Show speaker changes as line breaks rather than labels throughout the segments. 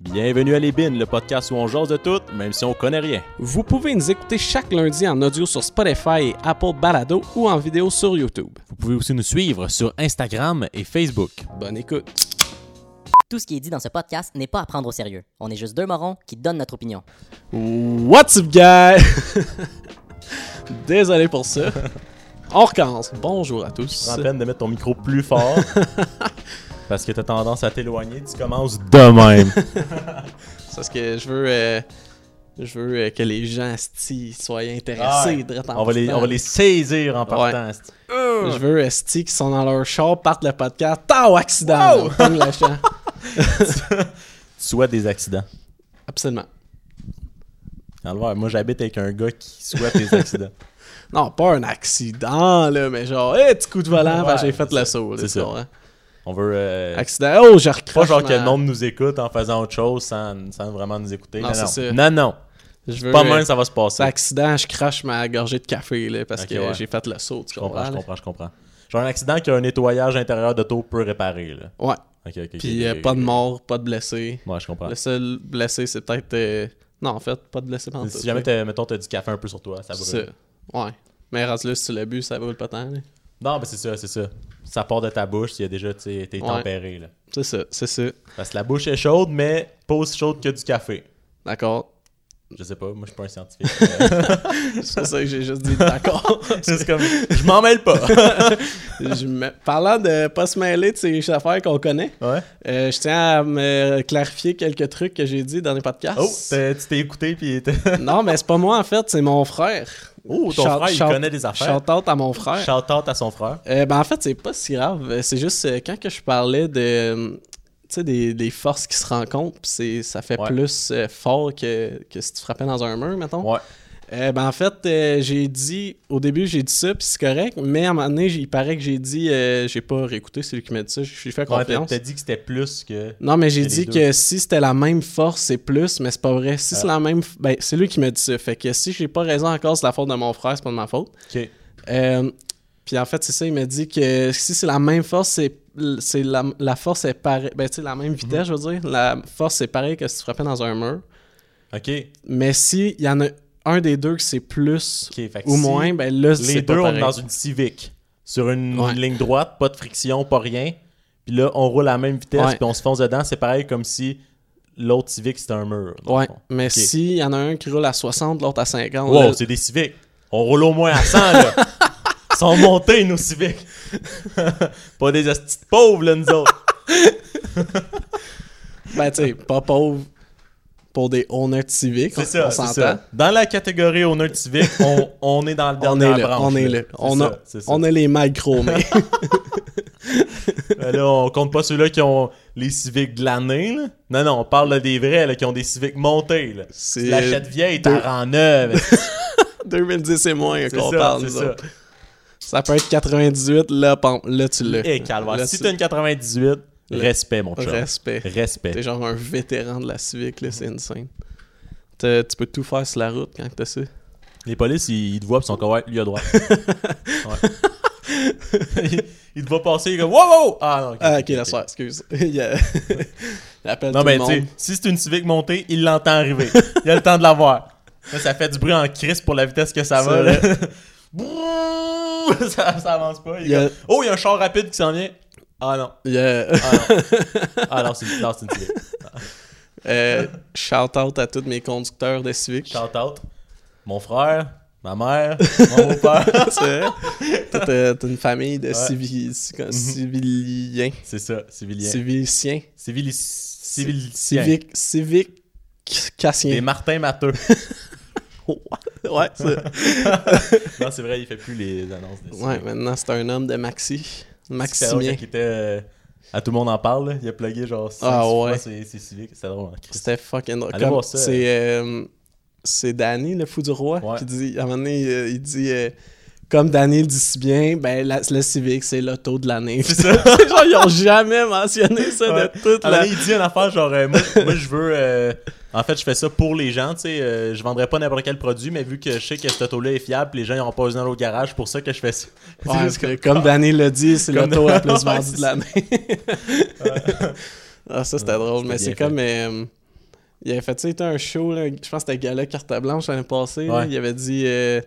Bienvenue à Les Bines, le podcast où on jase de tout, même si on connaît rien.
Vous pouvez nous écouter chaque lundi en audio sur Spotify et Apple Balado ou en vidéo sur YouTube.
Vous pouvez aussi nous suivre sur Instagram et Facebook.
Bonne écoute.
Tout ce qui est dit dans ce podcast n'est pas à prendre au sérieux. On est juste deux morons qui donnent notre opinion.
What's up, guys? Désolé pour ça. On recommence. Bonjour à tous.
Prends la peine de mettre ton micro plus fort. parce que t'as tendance à t'éloigner, tu commences de même.
C'est parce que je veux, euh, je veux euh, que les gens sti, soient intéressés.
Ouais.
direct en
on, va les,
partant.
on va les saisir en partant. esti.
Je veux euh, sti qui sont dans leur char, partent le podcast. Tao, accident!
Wow!
là, pogne le champ.
Soit des accidents.
Absolument.
Dans le verre, moi j'habite avec un gars qui souhaite des accidents.
Non, pas un accident, là, mais genre, hey, petit coup de volant,
Ouais,
ben, j'ai fait
c'est
le
ça.
saut. là, hein.
C'est
tu
ça.
comprends?
On veut. euh,
Accident. Oh, j'ai
pas
recroché.
genre que le monde nous écoute en faisant autre chose sans, sans vraiment nous écouter.
Non,
Non,
c'est
non.
ça.
non, non.
Je veux,
Pas
euh,
mal, ça va se
C'est
passer.
accident, je crache ma gorgée de café là, parce
Ok,
que
ouais.
j'ai fait le saut, tu
Je comprends,
comprends?
je
là?
comprends, je comprends. Genre un accident qu'un nettoyage intérieur d'auto peut réparer. Là.
Ouais.
Ok, ok, ok,
Puis
ok,
euh,
ok,
pas
ok.
de mort, pas de blessé.
Ouais, je comprends.
Le seul blessé, c'est peut-être. euh, Non, en fait, pas de blessé pendant
Si jamais, t'as- mettons, t'as du café un peu sur toi, ça brûle.
ça. Ouais. Mais rendu là, si tu l'as bu, ça brûle pas tant. là.
Non, mais c'est ça, c'est ça. Ça part de ta bouche, il y a déjà, tu sais, t'es
Ouais.
tempéré, là.
C'est ça, c'est ça.
Parce que la bouche est chaude, mais pas aussi chaude que du café.
D'accord.
Je sais pas, moi, je suis pas un scientifique. euh,
c'est pour ça que j'ai juste dit d'accord.
c'est comme, je m'en mêle pas.
Je me- Parlant de pas se mêler de ces affaires qu'on connaît,
ouais.
euh, je tiens à me clarifier quelques trucs que j'ai dit dans les podcasts.
Oh, t'es- tu t'es écouté, puis... t'es-
Non, mais c'est pas moi en fait, c'est mon frère.
Oh, ton
Shout-
frère, il
shout-
connaît des affaires.
Shout-out à mon frère.
Shout-out à son frère.
Euh, ben, en fait, c'est pas si grave. Euh, C'est juste euh, quand que je parlais de euh, tu sais, des, des forces qui se rencontrent, pis c'est- ça fait
Ouais.
plus euh, fort que, que si tu frappais dans un mur, mettons.
Ouais.
Euh, ben, en fait, euh, j'ai dit, au début, j'ai dit ça, puis c'est correct, mais à un moment donné, j'ai- il paraît que j'ai dit, euh, j'ai pas réécouté, c'est lui qui m'a dit ça, je lui fais
Ouais, t'as
confiance.
t'as dit que c'était plus que...
non, mais j'ai
que les
dit
deux.
que si c'était la même force, c'est plus, mais c'est pas vrai. Si c'est
Ah.
la même. f- Ben, c'est lui qui m'a dit ça. Fait que si j'ai pas raison encore, c'est la faute de mon frère, c'est pas de ma faute.
Ok.
Euh, puis en fait, c'est ça, il m'a dit que si c'est la même force, c'est c'est la, la force est pareille. Ben, tu sais, la même vitesse,
Mhm.
je veux dire. La force, c'est pareil que si tu frappais dans un mur.
Ok. Ok,
Mais si il y en a un des deux que c'est plus
fait que
ou
si
moins, ben là, c'est
Les
pas
deux, on est
pareil.
dans une Civic. Sur une
Ouais.
ligne droite, pas de friction, pas rien. Puis là, on roule à la même vitesse,
Ouais.
puis on se fonce dedans. C'est pareil comme si l'autre Civic, c'était un mur. dans le
Ouais,
fond.
mais
Ok.
si il y en a un qui roule à 60, l'autre à 50.
Wow,
là-
c'est des Civics. On roule au moins à 100, là. Ils sont montés, nos Civics. pas des hosties de pauvres, là, nous autres.
ben, tu sais, pas pauvre pour des honneurs civiques.
C'est ça,
on
c'est
s'entend.
ça. Dans la catégorie honneur de Civic, on, on est dans le
On
dernier
est là, on est là. On a, on a les macros, mais
Euh, Là, on compte pas ceux-là qui ont les civiques de l'année. là. Non, non, on parle là, des vrais là, qui ont des civiques montés. Là.
C'est-
Tu l'achètes vieille,
Deux-
t'en rends neuve. C'est
2010 et moins qu'on
ça,
parle.
c'est
nous
ça.
autres. Ça peut être 98, là, pam, là tu l'as.
Et Eh, calvaire,
Là,
si
tu-
t'as une 98,
Le-
respect, mon chum.
Respect. T'es
Respect.
genre un vétéran de la Civic, là, c'est insane. T'as- Tu peux tout faire sur la route quand t'as ça.
Les polices, ils, ils te voient pis sont comme, ouais, lui a droit. ils, ils te voient passer, ils sont comme, wow, wow! Ah non, ok,
Ah, ok,
ok,
la
ok.
soirée, excuse. Il, euh, il appelle
Non,
tout
mais
le
tu
monde.
sais, si c'est une civique montée, il l'entend arriver. Il a le temps de la voir. Là, ça fait du bruit en crise pour la vitesse que ça va.
C'est
là. Brrrr, ça, ça avance pas. Il est
Il y a-
comme, Oh, il y a un char rapide qui s'en vient. Ah non,
Il y a-
ah non. ah non, c'est non, c'est une civique.
euh, shout out à tous mes conducteurs de Civic.
Shout out. Mon frère, ma mère, mon beau-père.
C'est vrai. Toi, T'as t'as une famille de
Ouais.
civi- civiliens.
C'est ça, civilien.
Civiliciens.
Civili... Civil...
Civic. Civic.
Des
Cassien.
Martin Matteux.
Ouais, c'est-
non, c'est vrai, il fait plus les annonces de
Ouais,
civique.
maintenant c'est un homme de Maxi.
C'est drôle
Maximien.
quand il était. euh, à tout le monde en parle, là. il a plugué genre 5
Ah,
fois
ouais.
c'est c'est civique, c'est drôle. en Christ.
C'était fucking drôle.
Allez
Comme-
voir ça.
C'est euh, c'est Danny, le fou du roi,
Ouais.
qui dit, à un moment donné, euh, il dit, euh, comme Danny le dit si bien, ben, la- le Civic, c'est l'auto de l'année.
C'est ça.
C'est genre, ils ont jamais mentionné ça
Ouais.
de toute
À un moment
la...
donné, il dit une affaire genre euh, moi, moi, je veux euh, en fait je fais ça pour les gens tu sais euh, je vendrais pas n'importe quel produit mais vu que je sais que cet auto là est fiable les gens ils ont pas besoin dans au garage pour ça que je fais ça C'est
Ouais,
juste
Ah,
ah.
c'est- comme Danny le dit, c'est
Comme-
l'auto la plus
Ouais,
vendue
c'est
de l'année. ah, ça, c'était drôle.
c'était
Mais c'est
bien
comme... euh, Il avait fait, tu sais, un show, là, je pense que c'était Gala Carte Blanche l'année passée. là,
Ouais.
il avait dit, euh,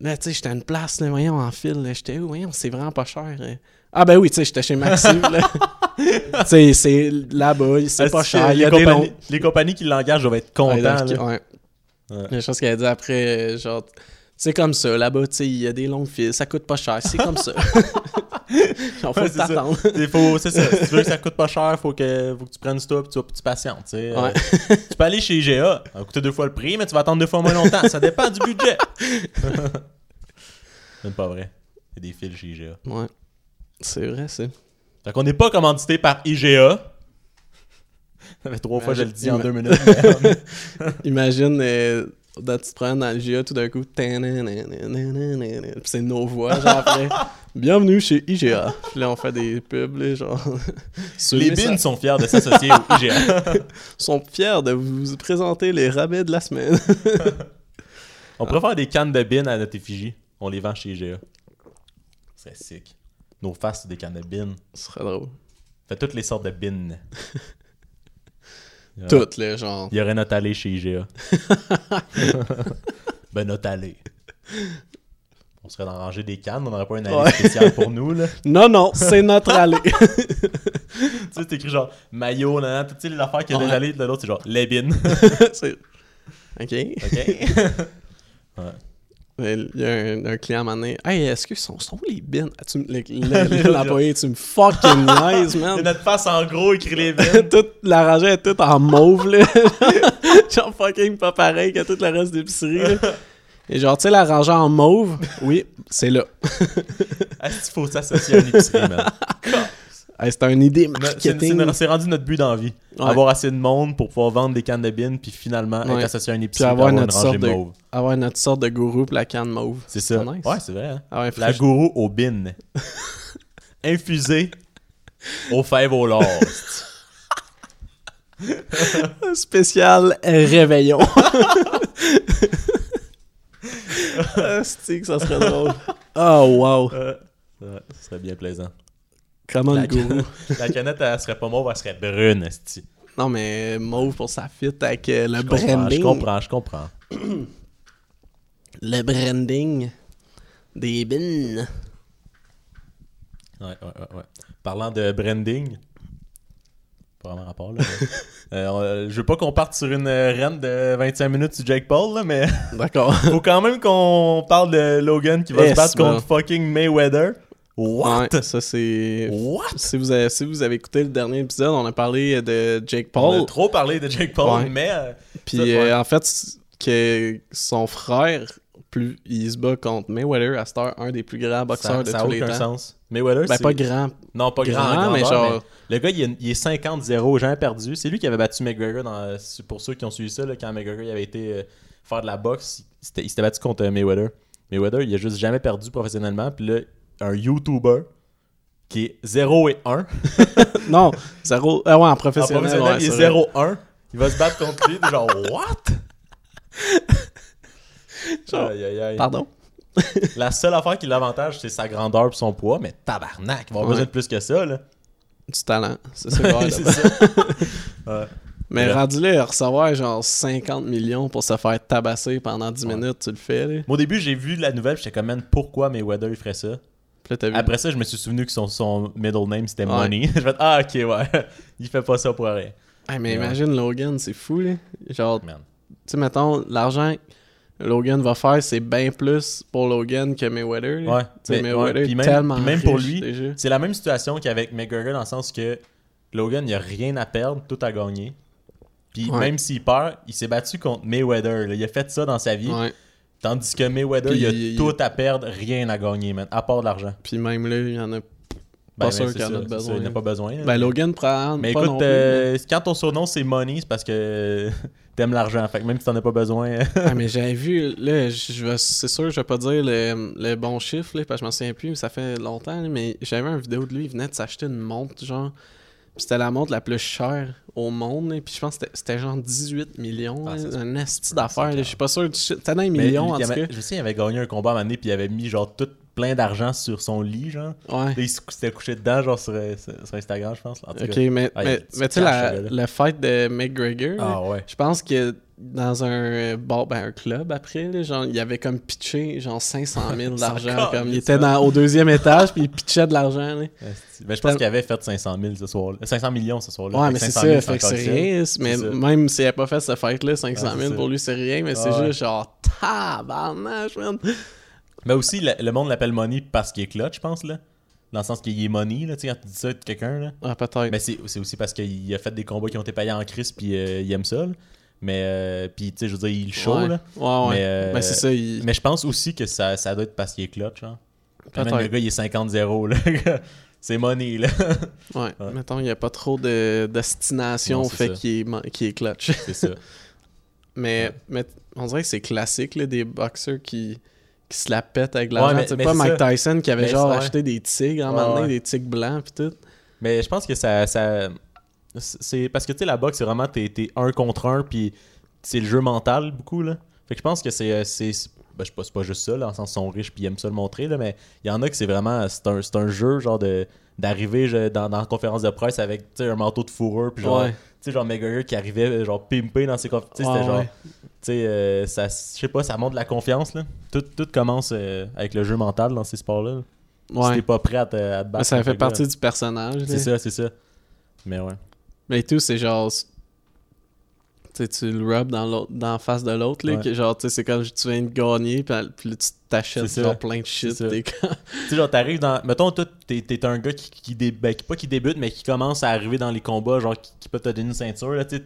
là, tu sais, j'étais à une place, là, voyons, en file. là. J'étais où, voyons, c'est vraiment pas cher. là. Ah, ben oui, tu sais, j'étais chez Maxime. là. tu sais, c'est là-bas, c'est
Ah,
pas
si,
cher. Il y
Les
a des noms.
compagnies, les compagnies qui l'engagent doivent être contents.
Ouais, dans le-
là.
ouais.
Ouais.
La chose qu'elle a dit après, euh, genre, c'est comme ça, là-bas, tu sais, il y a des longues files, ça coûte pas cher, c'est comme ça. genre, faut
Ouais, c'est ça.
t'attendre.
Des fois, c'est ça. Si tu veux que ça coûte pas cher, faut que, faut que tu prennes ça puis tu, vas- puis tu patientes. tu sais. Euh,
Ouais.
tu peux aller chez IGA, ça va coûter deux fois le prix, mais tu vas attendre deux fois moins longtemps. Ça dépend du budget. Même pas vrai. Il y a des fils chez IGA.
Ouais. C'est vrai, c'est.
Fait qu'on n'est pas commandité par IGA. Ça fait trois fois que je le dis en deux minutes. mais-
Imagine, euh, dans- tu te prends dans le GA tout d'un coup, tananananananana, pis c'est nos voix, genre après. Bienvenue chez IGA. Puis là, on fait des pubs, là, genre.
les
Suivez ça.
bins sont fiers de s'associer au IGA.
sont fiers de vous présenter les rabais de la semaine.
On pourrait faire des cannes de bins à notre effigie. On les vend chez IGA. C'est sick. Nos faces, c'est des cannes de bins.
Ce serait drôle.
Fait toutes les sortes de bins. Ouais.
Toutes, là, genre.
Il y aurait notre allée chez IGA. ben, notre allée. On serait dans la rangée des cannes, on n'aurait pas une allée
Ouais.
spéciale pour nous. Là.
Non, non, c'est notre allée.
tu sais, c'est écrit genre maillot, hein. nan, nan, toutes les affaires qu'il y a
Ouais.
dans l'allée de l'autre, c'est genre les bines.
C'est- OK.
OK?
Mais Il y a un, un client à un moment donné, Hey, est-ce que sont, sont les bins? Ah, tu me- le- le- L'employé, tu me fucking nice,
Et
man.
notre face en gros écrit les bines.
toute, la rangée est toute en mauve, là. genre fucking pas pareil que tout le reste d'épicerie, là. Et genre, tu sais, la rangée en mauve, oui, c'est là.
Est-ce qu'il Ah, faut s'associer à une épicerie, man?
Hey, c'est une idée
No- c'est- C'est
marketing.
notre- c'est rendu notre but dans la vie.
Ouais.
Avoir assez de monde pour pouvoir vendre des cannes de bines, puis finalement
Ouais.
être associé à une
Puis
épicerie, puis
avoir
avoir,
notre,
une rangée
sorte de,
mauve.
avoir notre sorte de gourou pour la canne mauve.
C'est ça.
nice.
Ouais, c'est vrai. hein.
Ah ouais,
La
friche-
gourou au bin. Infusée au fèves au lard.
spécial réveillon. Asti que ça serait drôle.
Ah,
Oh wow.
Ouais, ce serait bien plaisant.
Comment
La,
le gourou.
canette- la canette, elle serait pas mauve, elle serait brune, esti.
Non mais euh, mauve pour sa fit avec euh, le
Je comprends, je
branding.
comprends, je comprends.
Le branding des bines.
Ouais, ouais, ouais, ouais. Parlant de branding, pas vraiment rapport, là. mais, euh, on- je veux pas qu'on parte sur une euh, rente de 25 minutes sur Jake Paul, là, mais
D'accord.
faut quand même qu'on parle de Logan qui va
Yes,
se battre
man.
contre fucking Mayweather. What?
Ouais, ça c'est
What?
si vous avez si vous avez écouté le dernier épisode, on a parlé de Jake
On a
Paul.
trop parlé de Jake Paul,
Ouais.
mais... euh,
Puis
Ça, ouais.
euh, en fait, c- que son frère, plus il se bat contre Mayweather, à cette heure, un des plus grands boxeurs
ça,
de
ça a
tous les
aucun
temps.
sens. Mayweather,
Ben
c'est-
pas grand.
Non, pas grand,
grand,
en
mais
grandeur,
genre-
mais Le gars, il est, il est 50-0, jamais perdu. C'est lui qui avait battu McGregor, dans, c'est pour ceux qui ont suivi ça, là, quand McGregor il avait été euh, faire de la boxe. Il s'était, il s'était battu contre euh, Mayweather. Mayweather, il a juste jamais perdu professionnellement. Puis là, un YouTuber qui est 0 et 1.
Non, zéro. Ah ouais, en
En
professionnel.
professionnel,
ouais,
il est
c'est
0-1. Il va se battre contre lui. t'es genre, what?
Genre,
Aïe, aïe, aïe.
vrai. Pardon.
La seule affaire qui l'avantage, c'est sa grandeur et son poids, mais tabarnak, il va avoir
Ouais.
besoin de plus que ça. Là.
Du talent. C'est ça. qu'on a.
C'est ça. Ouais.
mais
Ouais.
rendu là, recevoir genre 50 millions pour se faire tabasser pendant 10
Ouais.
minutes, tu le fais. Là.
Moi, au début, j'ai vu la nouvelle, puis j'étais comme, man, pourquoi Mayweather il ferait ça
Puis là, t'as vu.
Après ça, je me suis souvenu que son, son middle name c'était
Ouais.
Money. je fait, ah, ok, ouais, il fait pas ça pour rien.
Hey, mais
Ouais.
imagine Logan, c'est fou. Là. Genre, tu
Man.
sais, mettons, l'argent que Logan va faire, c'est bien plus pour Logan que Mayweather. là.
Ouais,
Tu sais,
mais-
Mayweather
ouais,
est
puis même-
tellement
puis même pour
riche,
lui,
déjà.
C'est la même situation qu'avec McGregor dans le sens que Logan, il a rien à perdre, tout à gagner. Puis
Ouais.
même s'il perd, il s'est battu contre Mayweather. là. Il a fait ça dans sa vie.
Ouais.
Tandis que Mayweather, il a
Puis-
tout à perdre, rien à gagner, man, à part de l'argent.
Puis même là, il y en a
Ben,
pas
mais
sûr
c'est
qu'il y en
ça,
a
c'est
de
ça,
besoin.
Il n'a pas besoin. là.
Ben Logan prend
Mais
pas
écoute,
non plus,
euh, quand ton surnom c'est Money, c'est parce que t'aimes l'argent. Fait que même si t'en as pas besoin.
mais- Ah, mais j'avais vu, là, je- je vais- c'est sûr, je vais pas dire le, le bon chiffre, là, parce que je m'en souviens plus, mais ça fait longtemps, là, mais j'avais une vidéo de lui, il venait de s'acheter une montre, genre, puis c'était la montre la plus chère au monde, là, puis je pense que c'était- c'était genre 18 millions,
Ah,
là,
ça se
un esti
peut,
d'affaires,
c'est
là, je suis pas sûr du shit, c'était dans les
Mais
millions,
il
en
y
tout
avait-
cas.
Je sais, il avait gagné un combat à un moment donné, puis il avait mis genre tout plein d'argent sur son lit, genre.
Ouais.
Là, il se cou- s'était couché dedans, genre, sur, euh, sur sur Instagram, je pense. En tout
Ok,
cas.
mais,
Ah, il y a
mais,
du
mais tu sais,
cash,
la,
ce gars-là.
la fête de McGregor, là,
Ah ouais.
je pense que dans un euh, bar, ben, un club après, là, genre, il avait comme pitché genre 500 000 d'argent.
Encore,
comme, il
mais
était
ça.
dans- au deuxième étage, puis il pitchait de l'argent. là.
Asti. Ben, je pense qu'il avait fait 500 000 ce soir-là. 500 millions ce soir-là.
Ouais,
Fait
mais
que
c'est
500 000,
ça, fait que
encore
c'est
le ciel.
rien. Mais
C'est ça.
même s'il n'avait pas fait cette fête-là, 500
Ouais,
000
c'est
pour lui, c'est rien, mais c'est
Ouais.
juste genre tabarnage, man.
Mais aussi, le, le monde l'appelle money parce qu'il est clutch, je pense, là. Dans le sens qu'il est money, là, tu sais, quand tu dis ça à quelqu'un, là.
Ah, peut-être.
Mais c'est c'est aussi parce qu'il a fait des combats qui ont été payés en crise, puis euh, il aime ça, là. Mais, euh, puis, tu sais, je veux dire, il est chaud,
ouais.
là.
Ouais, ouais.
Mais, euh,
Ben, c'est ça, il-
Mais je pense aussi que ça, ça doit être parce qu'il est clutch, hein. Quand même,
Peut-être.
le gars, il est 50-0, là. c'est money, là.
ouais.
ouais.
Mettons, il n'y a pas trop de destination,
Non, c'est
fait
ça.
qu'il est, man- qu'il est clutch.
c'est ça.
Mais, mais on dirait que c'est classique là, des boxeurs qui, qui se la pètent avec l'argent.
mais-
tu sais
mais
pas
c'est
Mike
ça.
Tyson qui avait
Mais
genre
c'est- ouais.
acheté des tigres en
Ouais,
maintenant,
ouais.
des tigres blancs pis tout.
Mais je pense que ça. ça c'est parce que tu sais, la boxe, c'est vraiment t'es, t'es un contre un, puis c'est le jeu mental beaucoup. Là. Fait que je pense que c'est. euh, c'est c'est- ben, je sais pas, c'est pas juste ça, là, en sens ils sont riches, puis ils aiment ça le montrer, là, mais il y en a que c'est vraiment. C'est un, c'est un jeu, genre, de d'arriver je- dans, dans la conférence de presse avec tu sais, un manteau de fourrure, puis genre.
Ouais.
Tu sais, genre McGregor qui arrivait, euh, genre, pimpé dans ses conférences.
Ouais,
c'était genre.
ouais.
Tu sais, euh, ça- je sais pas, ça montre la confiance, là. Tout, tout commence euh, avec le jeu mental dans ces sports-là. là. Si
Ouais.
t'es pas prêt à te, à te
Mais
battre.
ça
contre
fait
le gars,
partie du personnage.
hein. c'est
là.
ça, c'est ça. Mais ouais.
Mais tout, c'est genre. Tu sais, tu le rubs dans, l'autre- dans la face de l'autre, là,
Ouais.
que genre, tu sais, c'est comme tu viens de gagner, pis, pis là, tu t'achètes
C'est ça.
genre plein de shit.
C'est ça.
t'es comme-
Tu sais, genre, t'arrives dans. Mettons, toi, t'es, t'es un gars qui, qui, dé- ben, qui- pas qui débute, mais qui commence à arriver dans les combats, genre, qui, qui peut te donner une ceinture, là, tu sais.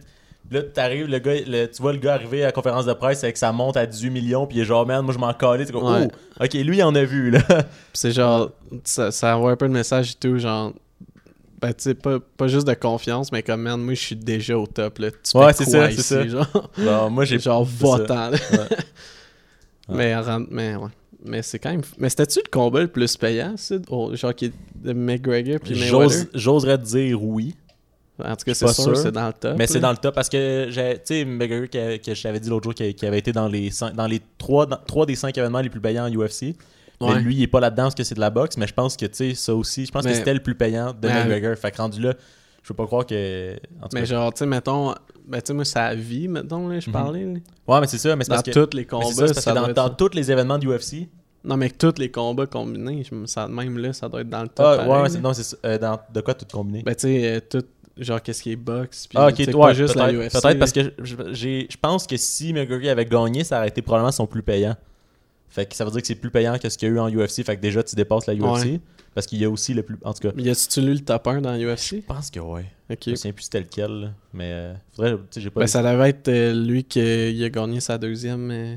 Là, t'arrives, le gars, le- tu vois le gars arriver à la conférence de presse avec sa monte à 18 millions, puis il est genre, man, moi je m'en calais. Tu
Ouais.
oh, ok, lui, il en a vu, là.
Pis c'est genre, ça, ça envoie un peu de message et tout, genre, ben tu sais, pas, pas juste de confiance, mais comme, man, moi je suis déjà au top, là. Tu
Ouais,
fais
c'est
quoi
ça, c'est
ici,
ça.
Genre,
Genre, moi, j'ai.
genre
c'est ça.
votant, là.
Ouais.
Mais, en rend- mais, ouais. Mais c'est quand même. Mais c'était-tu le combat le plus payant, ça au- Genre, qui est de McGregor puis Mayweather
J'ose- j'oserais dire oui.
En tout cas,
je suis
c'est
pas
sûr,
sûr.
c'est dans le top.
Mais c'est
là.
dans le top parce que, j'ai- tu sais, McGregor, que, que je t'avais dit l'autre jour, qui, qui avait été dans les, cinq- dans les 3, des 5 événements les plus payants en UFC.
Ouais.
Mais lui, il est pas là-dedans parce que c'est de la boxe, mais je pense que, tu sais, ça aussi, je pense
Mais-
que c'était le plus payant de
Mais-
McGregor. Fait que rendu là, je peux pas croire que. En tout
Mais
cas,
genre, tu sais, mettons. Ben, tu sais, moi, c'est à vie, mettons, là, je
Mhm.
parlais. là.
Ouais, mais c'est ça, mais c'est
Dans
parce que.
tous les
mais
combats,
c'est ça, c'est
ça,
parce que
doit
dans,
être
dans
ça.
tous les événements de UFC.
Non, mais tous les combats combinés, je me- ça, même là, ça doit être dans le top.
Ah, ouais,
pareil,
ouais,
là.
c'est- non, c'est ça, euh, dans- de quoi tout combiné
Ben, tu sais, euh, tout, genre, qu'est-ce qui est boxe, puis
Ah, ok,
tu sais,
ouais,
pas juste la
peut-être
UFC.
peut-être parce que je- je- j'ai- je pense que si McGregor avait gagné, ça aurait été probablement son plus payant. Fait que ça veut dire que c'est plus payant que ce qu'il y a eu en UFC. Fait que déjà, tu dépasses la UFC. Parce qu'il y a aussi le plus. En tout cas.
Mais as-tu lu le top 1 dans l'UFC?
Je pense que ouais.
Ok.
Je me souviens plus c'était lequel, là. mais euh, faudrait, tu sais, j'ai pas
Ben,
les-
ça devait être euh, lui qui a gagné sa deuxième. euh,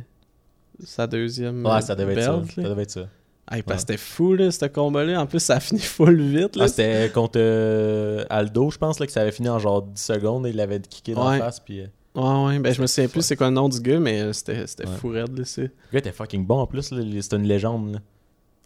sa deuxième.
Ouais,
euh,
ça devait être
belt,
ça.
là.
Ça devait être ça.
Hey, parce
Ouais.
que c'était fou, là, ce combat-là. En plus, ça a fini full vite, là.
Ah, c'était contre euh, Aldo, je pense, là, que ça avait fini en genre 10 secondes et il l'avait kické dans
Ouais.
la face. Puis, euh,
ouais, ouais. Ben, je me souviens plus
Ouais.
c'est quoi le nom du gars, mais euh, c'était c'était
Ouais.
fou raide, là, c'est.
Le gars était fucking bon en plus, là. Il- c'était une légende. là.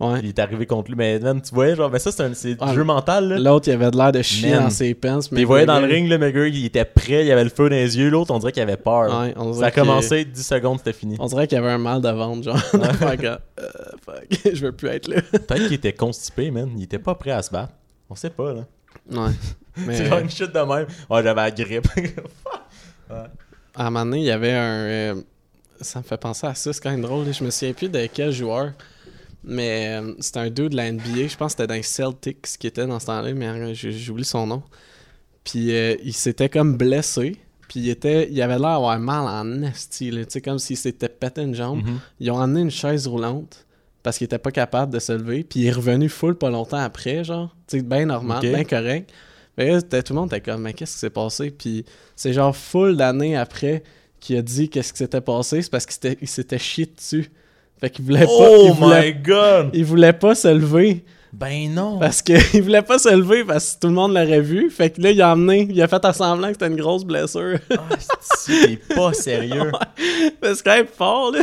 Ouais.
Il est arrivé contre lui. Mais man, tu voyais, genre, mais ça, c'est un c'est du
Ah,
jeu mental. Là.
L'autre, il avait de l'air de chier
Man.
dans ses pants.
Puis il voyait dans le ring, le McGregor, il était prêt, il avait le feu dans les yeux. L'autre, on dirait qu'il avait peur. là.
Ouais, on
ça
dirait
a
qu'il-
commencé, 10 secondes, c'était fini.
On dirait qu'il avait un mal de ventre, genre. Fuck, euh, fuck, je veux plus être là.
Peut-être qu'il était constipé, man. Il était pas prêt à se battre. On sait pas, là.
Ouais. Mais
C'est genre une chute de même. Ouais, j'avais la grippe.
à un moment donné, il y avait un. euh, ça me fait penser à ça, c'est quand même drôle. là. Je me souviens plus de quel joueur. Mais euh, c'était un dude de la NBA. Je pense que c'était dans les Celtics qui était dans ce temps-là, mais euh, j'ai- j'oublie son nom. Puis euh, il s'était comme blessé. Puis il, était, il avait l'air d'avoir mal en esti, là, tu sais, comme s'il s'était pété une jambe.
Mhm.
Ils ont emmené une chaise roulante parce qu'il était pas capable de se lever. Puis il est revenu full pas longtemps après, genre. Tu sais, bien normal,
Ok.
bien correct. Mais là, t'as- tout le monde était comme, mais qu'est-ce qui s'est passé? Puis c'est genre full d'années après qu'il a dit qu'est-ce qui s'était passé. C'est parce qu'il s'était- il s'était chié dessus. Fait qu'il voulait pas.
Oh
il
my
voulait,
god!
il voulait pas se lever
Ben non!
parce que il voulait pas se lever parce que tout le monde l'aurait vu. Fait que là, il a emmené, il a fait à semblant que c'était une grosse blessure.
Ah, c'est t'es pas sérieux!
Mais c'est quand même fort, là.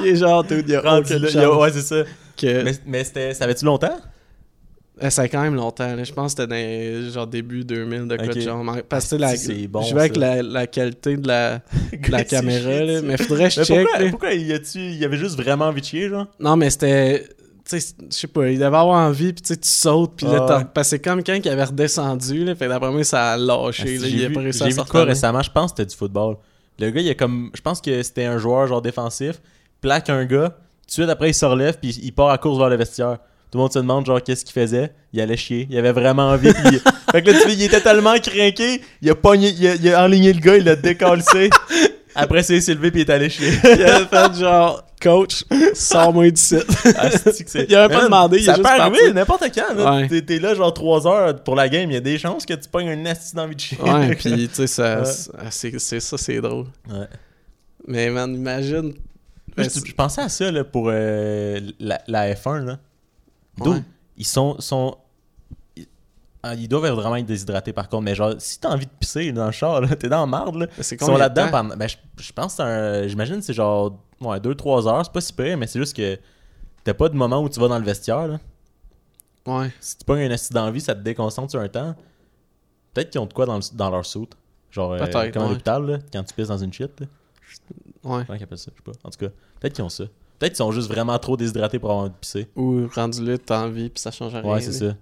il est genre, dude, il y a
Rendu
aucune
là, il y a-
chance Euh.
ouais, c'est ça.
que-
Mais, mais c'était, ça avait-tu longtemps?
Euh, Ça a quand même longtemps. là. Je pense que c'était dans les- genre début 2000 de quoi
Ok.
de genre. Parce que
Ah,
la,
si, c'est bon,
je vois avec
ça.
la, la qualité de la, de la
C'est
caméra,
chier,
là,
ça.
mais faudrait que je
Mais
check.
pourquoi,
là.
pourquoi il y a-tu- il y avait juste vraiment envie de chier, genre?
Non, mais c'était tu sais, je sais pas, il devait avoir envie, puis tu sais, tu sautes, puis là,
Ah
t'as-
ouais.
parce que c'est comme quand il avait redescendu, là, fait d'après moi, ça a lâché,
Asti,
là,
Ah, j'ai
il a
vu-
pas réussi
j'ai
à
vu de
sortir.
quoi récemment, je pense que c'était du football. Le gars, il a comme. Je pense que c'était un joueur genre défensif, plaque un gars, tout de suite après il se relève, puis il part à course vers le vestiaire. Tout le monde se demande genre qu'est-ce qu'il faisait. Il allait chier, il avait vraiment envie. puis il- fait que là, tu vois, il était tellement craqué, il a pogné, il a, il a enligné le gars, il l'a décalcé. Après, c'est s'est levé, puis il est allé chier.
il avait fait genre, coach, sors-moi d'ici.
Asti Ah, que c'est-
Il avait pas
Man,
demandé, il
ça
est juste
peut arriver
parti.
n'importe quand. là.
Ouais.
T'es- T'es là genre 3 heures pour la game, il y a des chances que tu pognes un asti d'envie de chier.
Ouais, puis tu sais, ça,
Ouais.
c'est c'est ça, c'est drôle.
Ouais.
Mais man, imagine.
Moi,
Ben,
je,
c'est-
je pensais à ça là, pour euh, la, la F1. Là. D'où
Ouais.
Ils sont. sont ils, ah, ils doivent vraiment être déshydratés par contre. Mais genre, si t'as envie de pisser dans le char, là, t'es dans la marde. Là.
c'est
Ils sont
combien de
là-dedans
temps?
pendant. Ben, je, je pense que c'est un- J'imagine que c'est genre 2-3 heures. C'est pas si pire, mais c'est juste que t'as pas de moment où tu vas dans le vestiaire. Là.
Ouais.
Si tu pognes un accident d'envie, ça te déconcentre sur un temps. Peut-être qu'ils ont de quoi dans, le- dans leur soute. Genre, euh,
Peut-être,
comme à
ouais.
l'hôpital, là, quand tu pisses dans une shit. là.
Ouais.
Comment ils appellent ça? Je sais pas. En tout cas, peut-être qu'ils ont ça. Peut-être qu'ils sont juste vraiment trop déshydratés pour avoir envie de pisser.
Ou rendu là, t'as envie, puis ça change rien.
Ouais, c'est
là.
ça.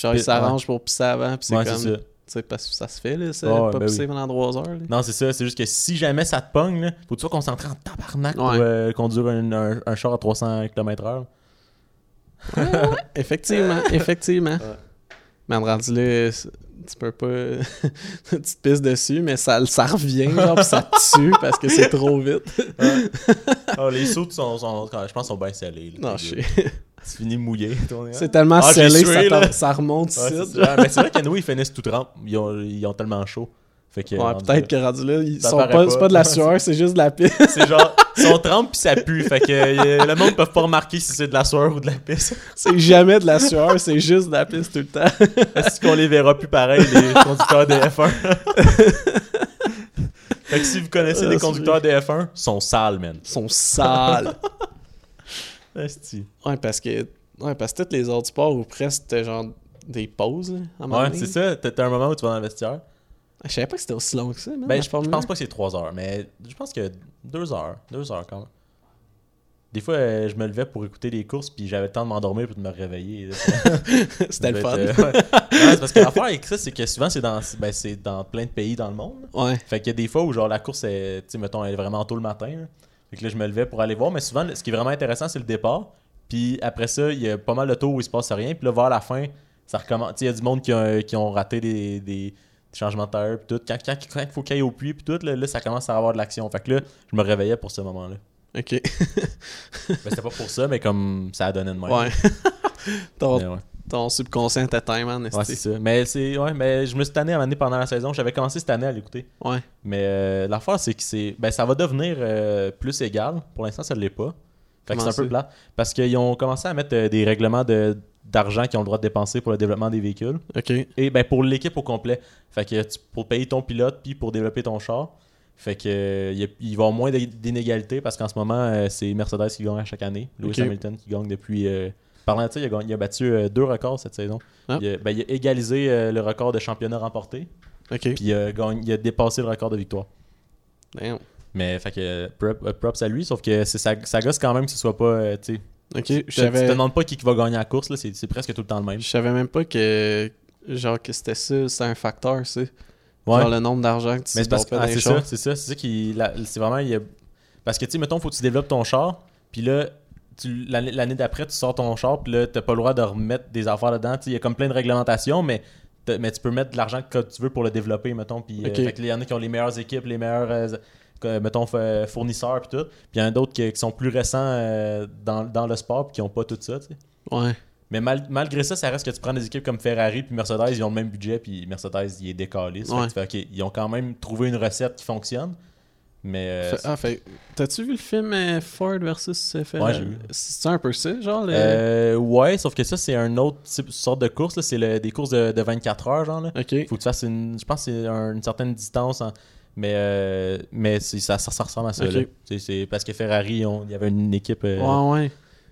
Genre, ils
Puis-
s'arrangent pour pisser avant, puis c'est
Ouais,
comme.
c'est ça.
Tu sais, parce que ça se fait, là, ça,
Ouais,
pas
ben
pisser
oui.
pendant 3 heures. là.
Non, c'est ça. C'est juste que si jamais ça te pogne, là, faut que tu sois concentré en tabarnak pour
Ouais.
euh, conduire un, un- un char à 300 km/h.
Effectivement, effectivement.
Euh. Ouais.
Mais en rendu là, c'est- tu peux pas. tu te pisses dessus, mais ça, ça revient, genre, puis ça te tue parce que c'est trop vite.
Ah, les sauts, sont, sont- je pense, sont bien scellés. là.
Non, je sais.
Tu finis mouillé. ton gars.
C'est tellement
Ah, j'ai
scellé,
sué,
ça,
là.
t'en- ça remonte
Ouais,
ici.
c'est
genre.
ça. Mais c'est vrai que nous, ils finissent tout trempes. Ils ont, ils ont tellement chaud. Fait que,
Ouais,
rendu
peut-être que
là,
rendu là, ils
Ça
sont
paraît
pas,
pas.
c'est pas de la sueur, c'est juste de la pisse.
C'est genre, ils sont trempes puis ça pue. Fait que euh, le monde ne peut pas remarquer si c'est de la sueur ou de la pisse.
C'est jamais de la sueur, c'est juste de la pisse tout le temps.
Est-ce qu'on les verra plus pareil, les conducteurs de F1? fait que si vous connaissez
Ah,
des
c'est
conducteurs de F1, ils sont sales, man.
Ils sont sales.
Esti.
Ouais, parce que. Ouais, parce que tous les autres sports ou presque c'était genre des pauses, là, à un moment
Ouais,
donné.
c'est ça. T'as t'as un moment où tu vas dans le vestiaire.
Je savais pas que c'était aussi long que ça, man,
Ben,
la
je, je
Formule
pense
1.
pas que c'est 3 heures, mais je pense que 2 heures. 2 heures quand même. Des fois, euh, je me levais pour écouter les courses, puis j'avais le temps de m'endormir puis de me réveiller.
C'était le fun.
euh, Ouais, Ouais, c'est parce que l'affaire avec ça, c'est que souvent, c'est dans, ben, c'est dans plein de pays dans le monde.
Ouais.
Fait qu'il y a des fois où genre la course est, tu sais, mettons, elle est vraiment tôt le matin. là. Fait que là, je me levais pour aller voir. Mais souvent, ce qui est vraiment intéressant, c'est le départ. Puis après ça, il y a pas mal de tours où il se passe rien. Puis là, vers la fin, ça recommence. Tu sais, il y a du monde qui, a- qui ont raté des, des- des changements de terre. Puis tout. Quand, quand, quand il faut qu'il aille au puits, puis tout, là, là, ça commence à avoir de l'action. Fait que là, je me réveillais pour ce moment-là.
Ok.
mais c'était pas pour ça, mais comme ça a donné de même.
Ouais.
Mais
ton,
ouais.
ton subconscient était time, man.
Ouais, c'est
esti.
ça. Mais, c'est, ouais, mais je me suis tanné à m'amener pendant la saison. J'avais commencé cette année à l'écouter.
Ouais.
Mais euh, l'affaire, c'est que c'est, ben, ça va devenir euh, plus égal. Pour l'instant, ça ne l'est pas. Fait que
Comment
c'est un peu
ça?
plat. Parce qu'ils ont commencé à mettre euh, des règlements de, d'argent qu'ils ont le droit de dépenser pour le développement des véhicules.
Ok.
Et ben, pour l'équipe au complet. Fait que tu- pour payer ton pilote puis pour développer ton char. Fait que euh, il y a- il va y avoir moins d'é- d'inégalités parce qu'en ce moment, euh, c'est Mercedes qui gagne à chaque année. Lewis
Ok.
Hamilton qui gagne depuis. euh, parlant de ça, il a, gagné- il a battu euh, deux records cette saison.
Ah.
Il, a, ben, il a égalisé euh, le record de championnat remporté.
Ok.
Puis il a gagné- il a dépassé le record de victoire.
Damn.
Mais fait que euh, prop- euh, props à lui, sauf que c'est- ça, ça gosse quand même que ce soit pas. euh, tu sais,
Ok.
tu te-
Je
tu te
savais,
demandes pas qui, qui va gagner la course, là, c'est c'est presque tout le temps le même.
je savais même pas que. Genre que c'était ça, c'était un facteur, ça.
Ouais.
Genre le nombre d'argent que tu
mais c'est parce que
pompais
ah,
dans
c'est
les
ça,
chars.
c'est ça, c'est ça qui. la- C'est vraiment. il y a- parce que tu sais, mettons, faut que tu développes ton char, puis là, tu- l'année l'année d'après, tu sors ton char, puis là, t'as pas le droit de remettre des affaires dedans. Tu sais, il y a comme plein de réglementations, mais. t'as- Mais tu peux mettre de l'argent que tu veux pour le développer, mettons. Puis euh,
Ok.
fait que là, il y en a qui ont les meilleures équipes, les meilleurs, euh, que- mettons, f- euh, fournisseurs, puis tout. Puis il y en a d'autres qui, qui sont plus récents euh, dans, dans le sport, puis qui ont pas tout ça, tu sais.
Ouais.
Mais mal- malgré ça, ça reste que tu prends des équipes comme Ferrari puis Mercedes, ils ont le même budget puis Mercedes, il est décalé. Ça fait que
Ouais.
tu fais, OK, ils ont quand même trouvé une recette qui fonctionne. Mais euh,
Fait- ah, fait. T'as-tu vu le film euh, Ford versus euh, Ferrari?
j'ai vu.
C'est un peu ça, genre le.
euh, ouais, sauf que ça, c'est un autre type, sorte de course. là. C'est le- des courses de, de 24 heures, genre. Là.
Ok.
Faut que tu fasses une. Je pense que c'est un- une certaine distance. en- mais euh, mais c'est- ça, ça, ça ressemble à ça.
Ok.
là. C'est- C'est parce que Ferrari, on- il y avait une équipe. euh,
Ouais, ouais.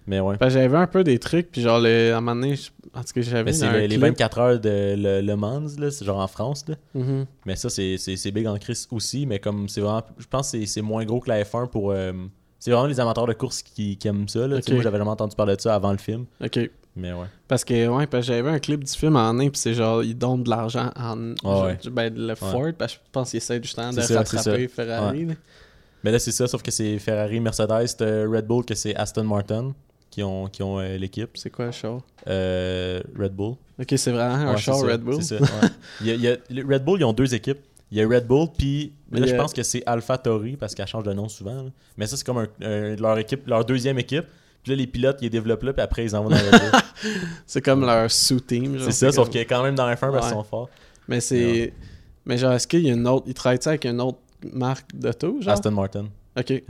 Mais ouais.
Parce que j'avais un peu des trucs, puis genre, le, à un moment donné, je- en tout cas, j'avais
Mais Ben, c'est
un
le- les
clip.
24 heures de Le, Le Mans, là, c'est genre en France. Là.
Mhm.
Mais ça, c'est- c'est c'est big en crise aussi, mais comme c'est vraiment. Je pense que c'est- c'est moins gros que la F1 pour. euh, C'est vraiment les amateurs de course qui, qui aiment ça. Là. Tu sais,
Ok.
Moi, j'avais jamais entendu parler de ça avant le film.
Ok.
Mais ouais.
Parce que, ouais, parce que j'avais un clip du film en un, puis c'est genre, ils donnent de l'argent en.
Ah ouais.
je- ben, le Ford, parce que je pense qu'ils essaient justement de
C'est ça, c'est
rattraper Ferrari. là.
Mais là, c'est ça, sauf que c'est Ferrari, Mercedes, c'est, euh, Red Bull, que c'est Aston Martin qui ont, qui ont euh, l'équipe.
C'est quoi le char
Euh, Red Bull.
Ok, c'est vraiment un
Ouais,
char
c'est ça,
Red Bull.
c'est ça, ouais. Il y a- il y a- le Red Bull, ils ont deux équipes. Il y a Red Bull, puis mais là,
Mais,
je
euh,
pense que c'est Alpha Tauri parce qu'elle change de nom souvent. là. Mais ça, c'est comme un- un- leur, équipe, leur deuxième équipe. Puis là, les pilotes, ils les développent là, puis après, ils envoient dans Red Bull.
C'est comme leur sous-team. genre,
c'est ça, sauf
comme-
qu'ils est quand même dans la F1 parce qu'ils sont
Ouais.
forts.
Mais c'est. Mais genre, est-ce qu'il y a une autre. Ils travaillent avec une autre marque d'auto, genre
Aston Martin,
Ok,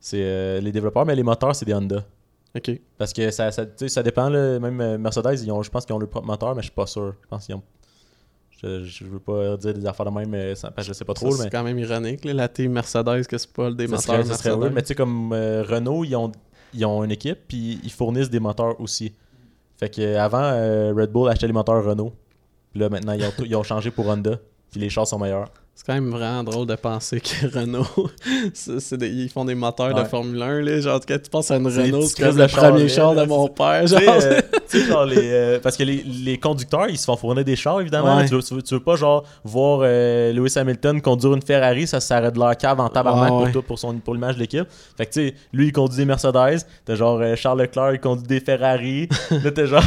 c'est euh, les développeurs, mais les moteurs, c'est des Honda.
ok.
Parce que ça, ça, tu sais, ça dépend, là, même euh, Mercedes, ils ont, je pense qu'ils ont leur propre moteur, mais je suis pas sûr. Je pense qu'ils ont. Je, je veux pas dire des affaires de même, euh, sans- parce que je sais pas trop.
Ça,
mais...
c'est quand même ironique, là, la team Mercedes, que c'est pas le des
Ça
moteurs
serait, ça serait
Mercedes.
weird, mais tu sais, comme euh, Renault, ils ont, ils ont une équipe, puis ils fournissent des moteurs aussi. Fait que euh, avant, euh, Red Bull achetait les moteurs Renault. Puis là, maintenant, ils ont, tout- ils ont changé pour Honda. Puis les chars sont meilleurs.
C'est quand même vraiment drôle de penser que Renault, c'est- c'est des- ils font des moteurs de
Ouais.
Formule 1. Là, genre, quand tu penses à une
C'est des
Renault,
petits
c'est comme
crises
le
de char,
premier
là,
char de
là,
mon père.
Tu sais,
Genre,
euh, tu sais, genre, les, euh, parce que les, les conducteurs, ils se font fournir des chars, évidemment.
Ouais.
Tu, veux, tu veux- tu veux pas, genre, voir euh, Lewis Hamilton conduire une Ferrari, ça serait de leur cave en tabarnak
Ouais,
pour
ouais.
toi, pour, son- pour l'image de l'équipe. Fait que, tu sais, lui, il conduit des Mercedes. T'as genre euh, Charles Leclerc, il conduit des Ferrari. là, t'as genre.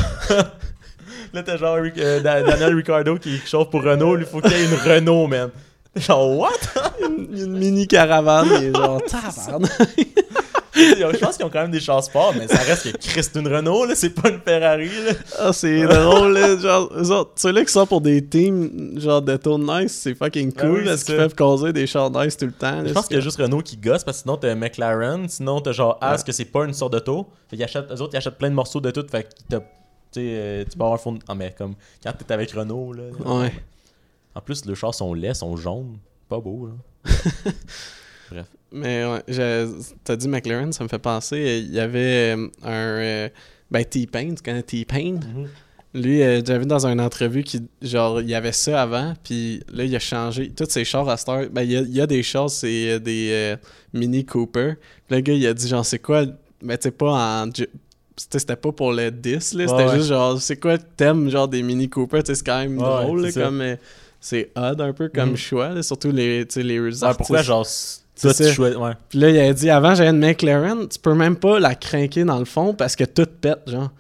là, t'as genre Ric- euh, Da- Daniel Ricciardo qui chauffe pour Renault. Lui, faut qu'il y ait une Renault, man. Genre, what?
une, une mini caravane, et genre, tabarnak.
Je pense qu'ils ont quand même des chars sport, mais ça reste que Christ, une Renault, là, c'est pas une Ferrari, là.
Ah, c'est drôle, là. Genre, eux autres, ceux-là qui sont pour des teams, genre, de tour nice, c'est fucking
Ah
cool,
oui,
parce
c'est
qu'ils
ça.
peuvent causer des chars nice tout le temps. là,
Je pense
c'est
qu'il y a juste Renault qui gosse parce que sinon t'as McLaren, sinon t'as genre As que c'est pas une sorte d'auto. Fait qu'ils achètent, eux autres ils achètent plein de morceaux de tout. Fait que t'as- tu sais, euh, tu peux avoir un fond. Ah, mais comme quand t'es avec Renault là.
Ouais.
En plus, les chars sont laids, sont jaunes. Pas beau là. Bref.
Mais ouais, je- t'as dit McLaren, ça me fait penser. euh, Il y avait euh, un. euh, ben, T-Pain, tu connais T-Pain?
Mhm.
Lui, euh, j'avais vu dans une entrevue qui genre, il y avait ça avant, puis là, il a changé. Tous ces chars à cette heure, ben, il y a, il y a des chars, c'est euh, des euh, Mini Cooper. Puis le gars, il a dit, genre, c'est quoi, mais tu sais, pas en. ju- C'était c'était pas pour le 10, là,
Ouais,
c'était
ouais.
juste genre, c'est quoi le thème, genre, des Mini Cooper, tu sais, c'est quand même
Ouais,
drôle,
c'est
là,
ça.
comme. euh, c'est odd un peu comme
Mhm.
choix, là, surtout les, tu sais, les
Ouais, pourquoi
artistes.
genre toi
C'est
tu
ça.
choisis- ouais.
Puis là, il a dit avant, j'avais une McLaren, tu peux même pas la craquer dans le fond parce que tout pète, genre.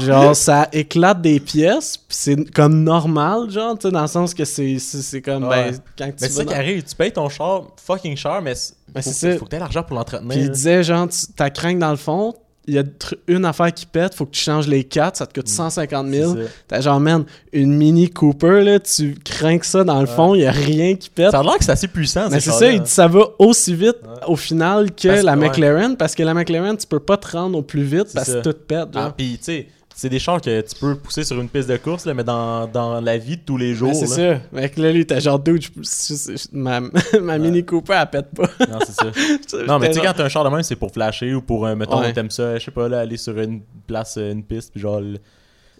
genre, ça éclate des pièces, puis c'est comme normal, genre, tu sais, dans le sens que c'est, c'est, c'est comme,
Ouais.
ben, quand tu
Mais c'est
vas
ça qui
dans-
arrive, tu payes ton char fucking cher, mais c'est-
Mais
faut,
c'est ça.
faut que hein. t'aies l'argent pour l'entretenir.
Puis il
là.
disait, genre, tu, ta craque dans le fond, il y a tr- une affaire qui pète, faut que tu changes les quatre, ça te coûte 150
Mm. C'est
000.
ça.
T'as genre, man, une Mini Cooper, là, tu crains ça dans le fond, il y a rien qui pète.
Ça a l'air que c'est assez puissant.
Mais
ces
c'est ça,
chars-là,
il
hein.
dit ça va aussi vite
Ouais.
au final que
Parce que-
la
ouais.
McLaren, parce que la McLaren, tu peux pas te rendre au plus vite
C'est
parce que
ça.
tout pète.
Ah,
genre.
puis tu sais, c'est des chars que tu peux pousser sur une piste de course, là, mais dans, dans la vie de tous les jours.
Mais c'est
là.
ça. Mec, là, lui, t'as genre, dude, je- je- je- ma, ma Mini Cooper, elle pète pas.
Non, c'est ça. non, mais tu sais, quand t'as un char de même, c'est pour flasher ou pour, euh, mettons,
Ouais.
t'aimes ça, je sais pas, là, aller sur une place, euh, une piste, puis genre. le-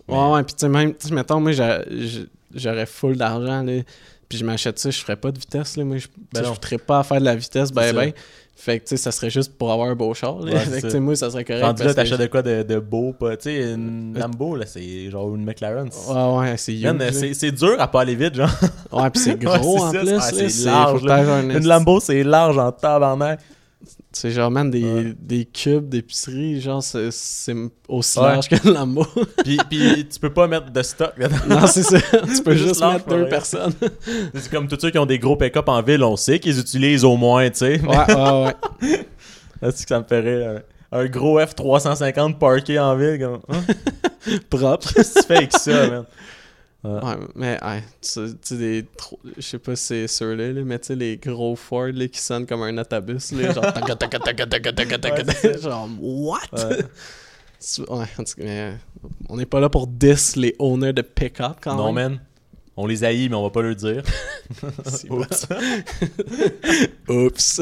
Mais-
Ouais, ouais, puis tu sais, même, tu sais, mettons, moi, j'a- j'a- j'aurais full d'argent, là, puis je m'achète ça, je ferais pas de vitesse, là, moi, je tu sais,
Ben non.
je ferais pas à faire de la vitesse, ben,
C'est ça.
ben. Fait que, tu sais, ça serait juste pour avoir un beau char, là.
Ouais,
Fait
c'est
que, tu
ça.
sais, moi, ça serait correct.
Rendu là,
parce que-
t'achètes de quoi de, de beau, pas. Tu sais, une Lambo, là, c'est genre une McLaren. c'est-
Ouais, ouais, c'est huge.
Man,
là.
euh, c'est c'est dur à pas aller vite, genre.
Ouais, puis c'est gros
Ouais, c'est ça,
en plus,
c'est-
là,
ah,
c'est
c'est large,
faut
là.
faire un
Une Lambo, c'est large en tabarnak.
C'est genre, man, des,
Ouais.
des cubes d'épicerie, genre, c'est- c'est aussi
Ouais.
large que le Lambo.
Puis, puis tu peux pas mettre de stock dedans.
non, c'est ça. Tu peux juste,
Juste large
mettre
pour
deux
rien.
personnes.
C'est comme tous ceux qui ont des gros pick-up en ville, on sait qu'ils utilisent au moins, tu sais.
ouais, ouais, ouais.
Est-ce que ça me ferait un, un gros F350 parké en ville? Comme... Hein?
Propre.
Qu'est-ce que tu fais avec ça, man?
Ouais, mais, ouais, tu tu sais, des. tro- Je sais pas si c'est ceux-là, là, mais tu sais, les gros Ford, là, qui sonnent comme un autobus, là, genre, tac, tac, tac, tac, tac, tac, tac,
Ouais, c'est
tac, genre, what?
Ouais.
Tu- Ouais, en tout cas, mais, euh, on n'est pas là pour 10 les owners de pick-up quand
Non,
même.
man. On les haït, mais on va pas le dire.
C'est
Oups.
Oups.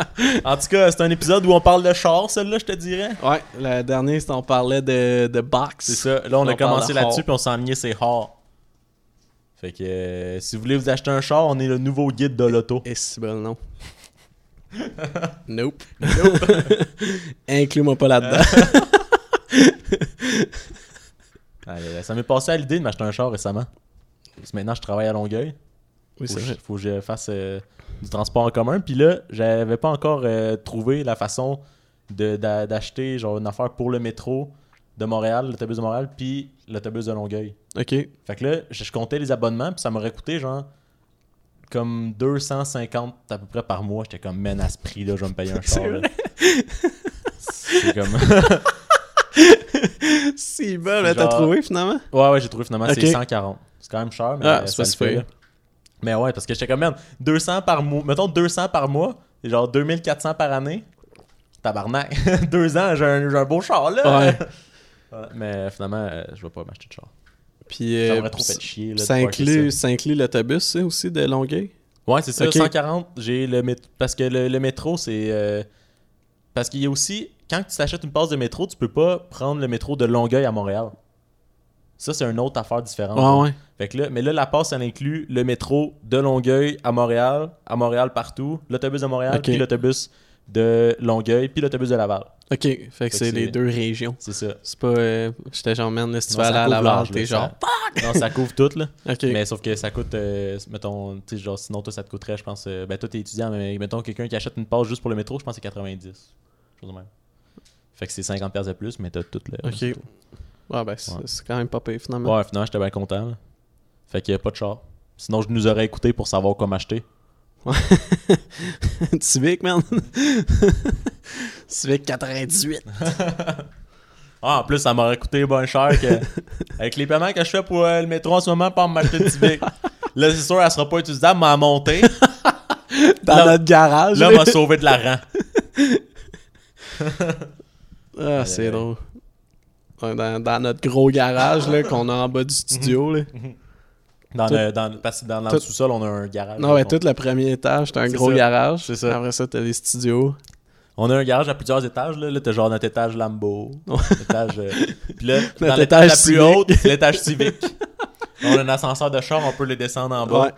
en tout cas, c'est un épisode où on parle de char, celle-là, je te dirais.
ouais, le dernier, c'est on parlait de, de box.
C'est ça. Là, on, a
On parle
commencé
de
là-dessus,
char.
puis on s'est enligné, c'est hard. Fait que euh, si vous voulez vous acheter un char, on est le nouveau guide de l'auto.
Et si bon, non. Nope. Inclus-moi pas là-dedans.
Allez, ça m'est passé à l'idée de m'acheter un char récemment. Parce que maintenant, je travaille à Longueuil.
oui,
faut,
c'est
que je-
vrai.
faut que je fasse euh, du transport en commun. Puis là, j'avais pas encore euh, trouvé la façon de- d'a- d'acheter genre une affaire pour le métro de Montréal, l'autobus de Montréal, puis l'autobus de Longueuil.
Ok.
Fait que là, je, je comptais les abonnements, puis ça m'aurait coûté genre comme 250 à peu près par mois. J'étais comme, man, à ce prix-là, je vais me payer un char. là. C'est comme.
Si bon,
là, t'as
t'as
Genre- trouvé,
trouvé finalement?
Ouais, ouais, j'ai trouvé finalement,
Ok.
c'est 140. C'est quand même cher, mais
Ah,
euh,
c'est
ça
pas
le
si
fait,
pire.
là. Mais ouais, parce que j'étais comme, merde, 200 par mois, mettons 200 par mois, c'est genre 2400 par année. Tabarnak, deux ans, j'ai un, j'ai un beau char, là.
Ouais.
Voilà. Mais finalement, euh, je vais pas m'acheter de char.
Puis,
Ça
euh,
m'aurait trop fait chier, là.
ça,
de parker
inclut, ça inclut l'autobus ça, aussi de Longueuil?
Ouais, c'est ça,
Ok.
140. J'ai le mét- Parce que le, le métro, c'est. euh, Parce qu'il y a aussi. Quand tu t'achètes une passe de métro, tu peux pas prendre le métro de Longueuil à Montréal. Ça, c'est une autre affaire différente.
Ouais, ouais.
Fait que là, mais là, la passe, elle inclut le métro de Longueuil à Montréal, à Montréal partout, l'autobus de Montréal,
Ok.
puis l'autobus de Longueuil, puis l'autobus de Laval.
Ok, fait que
que
c'est les
c'est-
deux régions.
C'est ça.
C'est pas. euh, J'étais genre, man, là, si tu
Non,
vas
ça
aller à
couvre
Laval,
large,
t'es
là,
genre.
ça- Non, ça couvre tout, là.
Ok.
Mais sauf que ça coûte, euh, mettons, tu sais, genre, sinon, toi, ça te coûterait, je pense, euh, ben, toi, t'es étudiant, mais mettons, quelqu'un qui achète une passe juste pour le métro, je pense que c'est 90. Chose de même. Fait que c'est 50 pièces de plus, mais t'as tout le.
Ok. Ouais, ben, c'est
Ouais.
c'est quand même pas pire finalement.
Ouais, finalement, j'étais bien content, là. Fait qu'il y a pas de char. Sinon, je nous aurais écouté pour savoir quoi m'acheter.
Civic, man. Civic 98.
Ah, en plus, ça m'aurait coûté bien cher que. avec les paiements que je fais pour euh, le métro en ce moment, pas m'acheter de Civic. Là, c'est sûr, elle sera pas utilisable, mais à monter,
Dans
Là-
notre garage.
là,
là.
m'a sauvé de l'argent. Euh,
Ah, c'est drôle. Ouais, Dans, dans notre gros garage là, qu'on a en bas du studio. là.
Mhm. Dans
Tout-
le, dans, parce que dans, dans
tout-
le sous-sol, on a un garage.
Non, ouais,
Donc, on-
tout le premier étage, t'as un
C'est
gros
ça.
garage.
C'est ça.
Après ça, t'as les studios.
On a un garage à plusieurs étages. Là, là t'as genre notre étage Lambo. étage, euh, Puis là, dans l'étage
Notre
la
étage
plus
civique.
haute, c'est l'étage civique. on a un ascenseur de char, on peut le descendre en bas.
Ouais.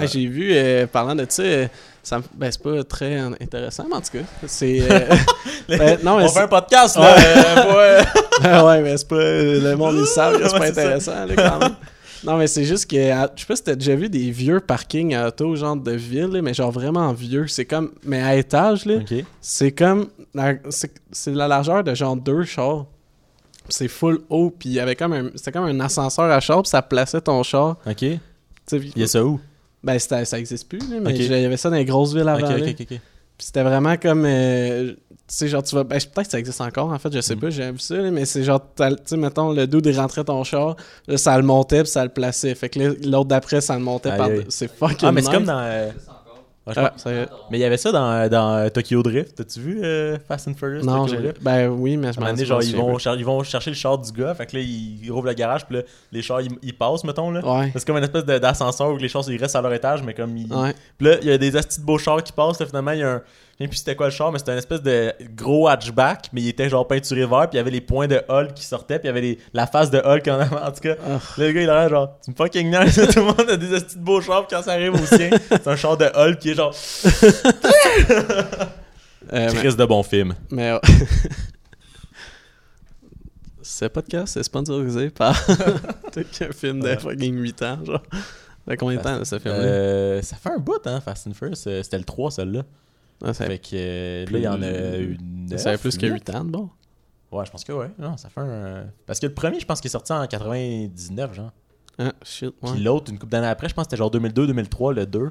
Ah, J'ai vu, euh, parlant de ça, euh, ça me- ben, c'est pas très euh, intéressant, mais en tout cas, c'est... euh, ben, non, mais
on
c'est-
fait un podcast, là. euh, ouais.
Ah ouais, mais c'est pas. Le monde, ils le savent, là, c'est
Ouais,
pas
c'est ça.
intéressant, là, quand même. Non, mais c'est juste que. à- Je sais pas si t'as déjà vu des vieux parkings à auto, genre de ville, là, mais genre vraiment vieux. C'est comme. Mais à étage, là,
Ok.
c'est comme. la- C'est c'est la largeur de genre deux chars. Puis C'est full haut, puis il y avait comme un. C'était comme un ascenseur à char, puis ça plaçait ton char.
Ok. Il
Tu sais,
y a ça où
Ben, c'était- ça existe plus, là, mais
Ok.
je- il y avait ça dans les grosses villes
Ok,
avant. là.
ok, ok. ok.
Puis c'était vraiment comme. euh, tu sais, genre, tu vas. Ben, peut-être que ça existe encore, en fait, je sais
Mm.
pas, j'ai vu ça, là, mais c'est genre, t'as- tu sais, mettons, le dude il rentrait ton char, là, ça le montait, puis ça le plaçait. Fait que là, l'autre d'après, ça le montait
Aïe,
par.
aïe.
C'est fucking.
Ah, mais c'est
nice.
comme dans. euh, Ah, je
Ah,
pense-
ça y est.
Mais il y avait ça dans, euh, dans euh, Tokyo Drift. T'as-tu vu euh, Fast and Furious
Non,
Tokyo
j'ai-
Drift?
ben oui, mais
À
je
un
m'en
moment donné,
dis
genre, ils vont, cher- ils vont chercher le char du gars. Fait que là, ils, ils rouvrent le garage. Puis là, les chars, ils, ils passent, mettons. Là.
Ouais.
C'est comme une espèce de- d'ascenseur où les chars, ils restent à leur étage. Mais comme ils,
Ouais.
Puis là, il y a des astis de beaux chars qui passent. Là, finalement, il y a un. Je sais plus c'était quoi le char, mais c'était un espèce de gros hatchback. Mais il était genre peinturé vert. Puis il y avait les points de Hulk qui sortaient. Puis il y avait les- la face de Hulk en avant. En tout cas,
Ah.
là, le gars, il a l'air genre, tu me fucking nerf. Tout le monde a des astis de beaux chars. Puis quand ça arrive au sien, c'est un char de Hulk qui est genre.
Euh, mais-
Crise de bon film.
Mais. euh, Ce podcast est sponsorisé par peut-être un film de
Ouais.
fucking 8 ans, genre. De combien de temps, là, ce film-là
Euh, ça fait un bout, hein, Fast and Furious. Euh, C'était le 3, celle-là.
Ouais, Ah, ça-
Fait que euh, là, il y en a une.
Ça fait plus que
8
8 ans, de bon.
Ouais, je pense que ouais. Non, ça fait un. Parce que le premier, je pense qu'il est sorti en 99, genre.
Ah, shit, ouais.
Puis l'autre, une couple d'années après, je pense que c'était genre 2002-2003, le 2.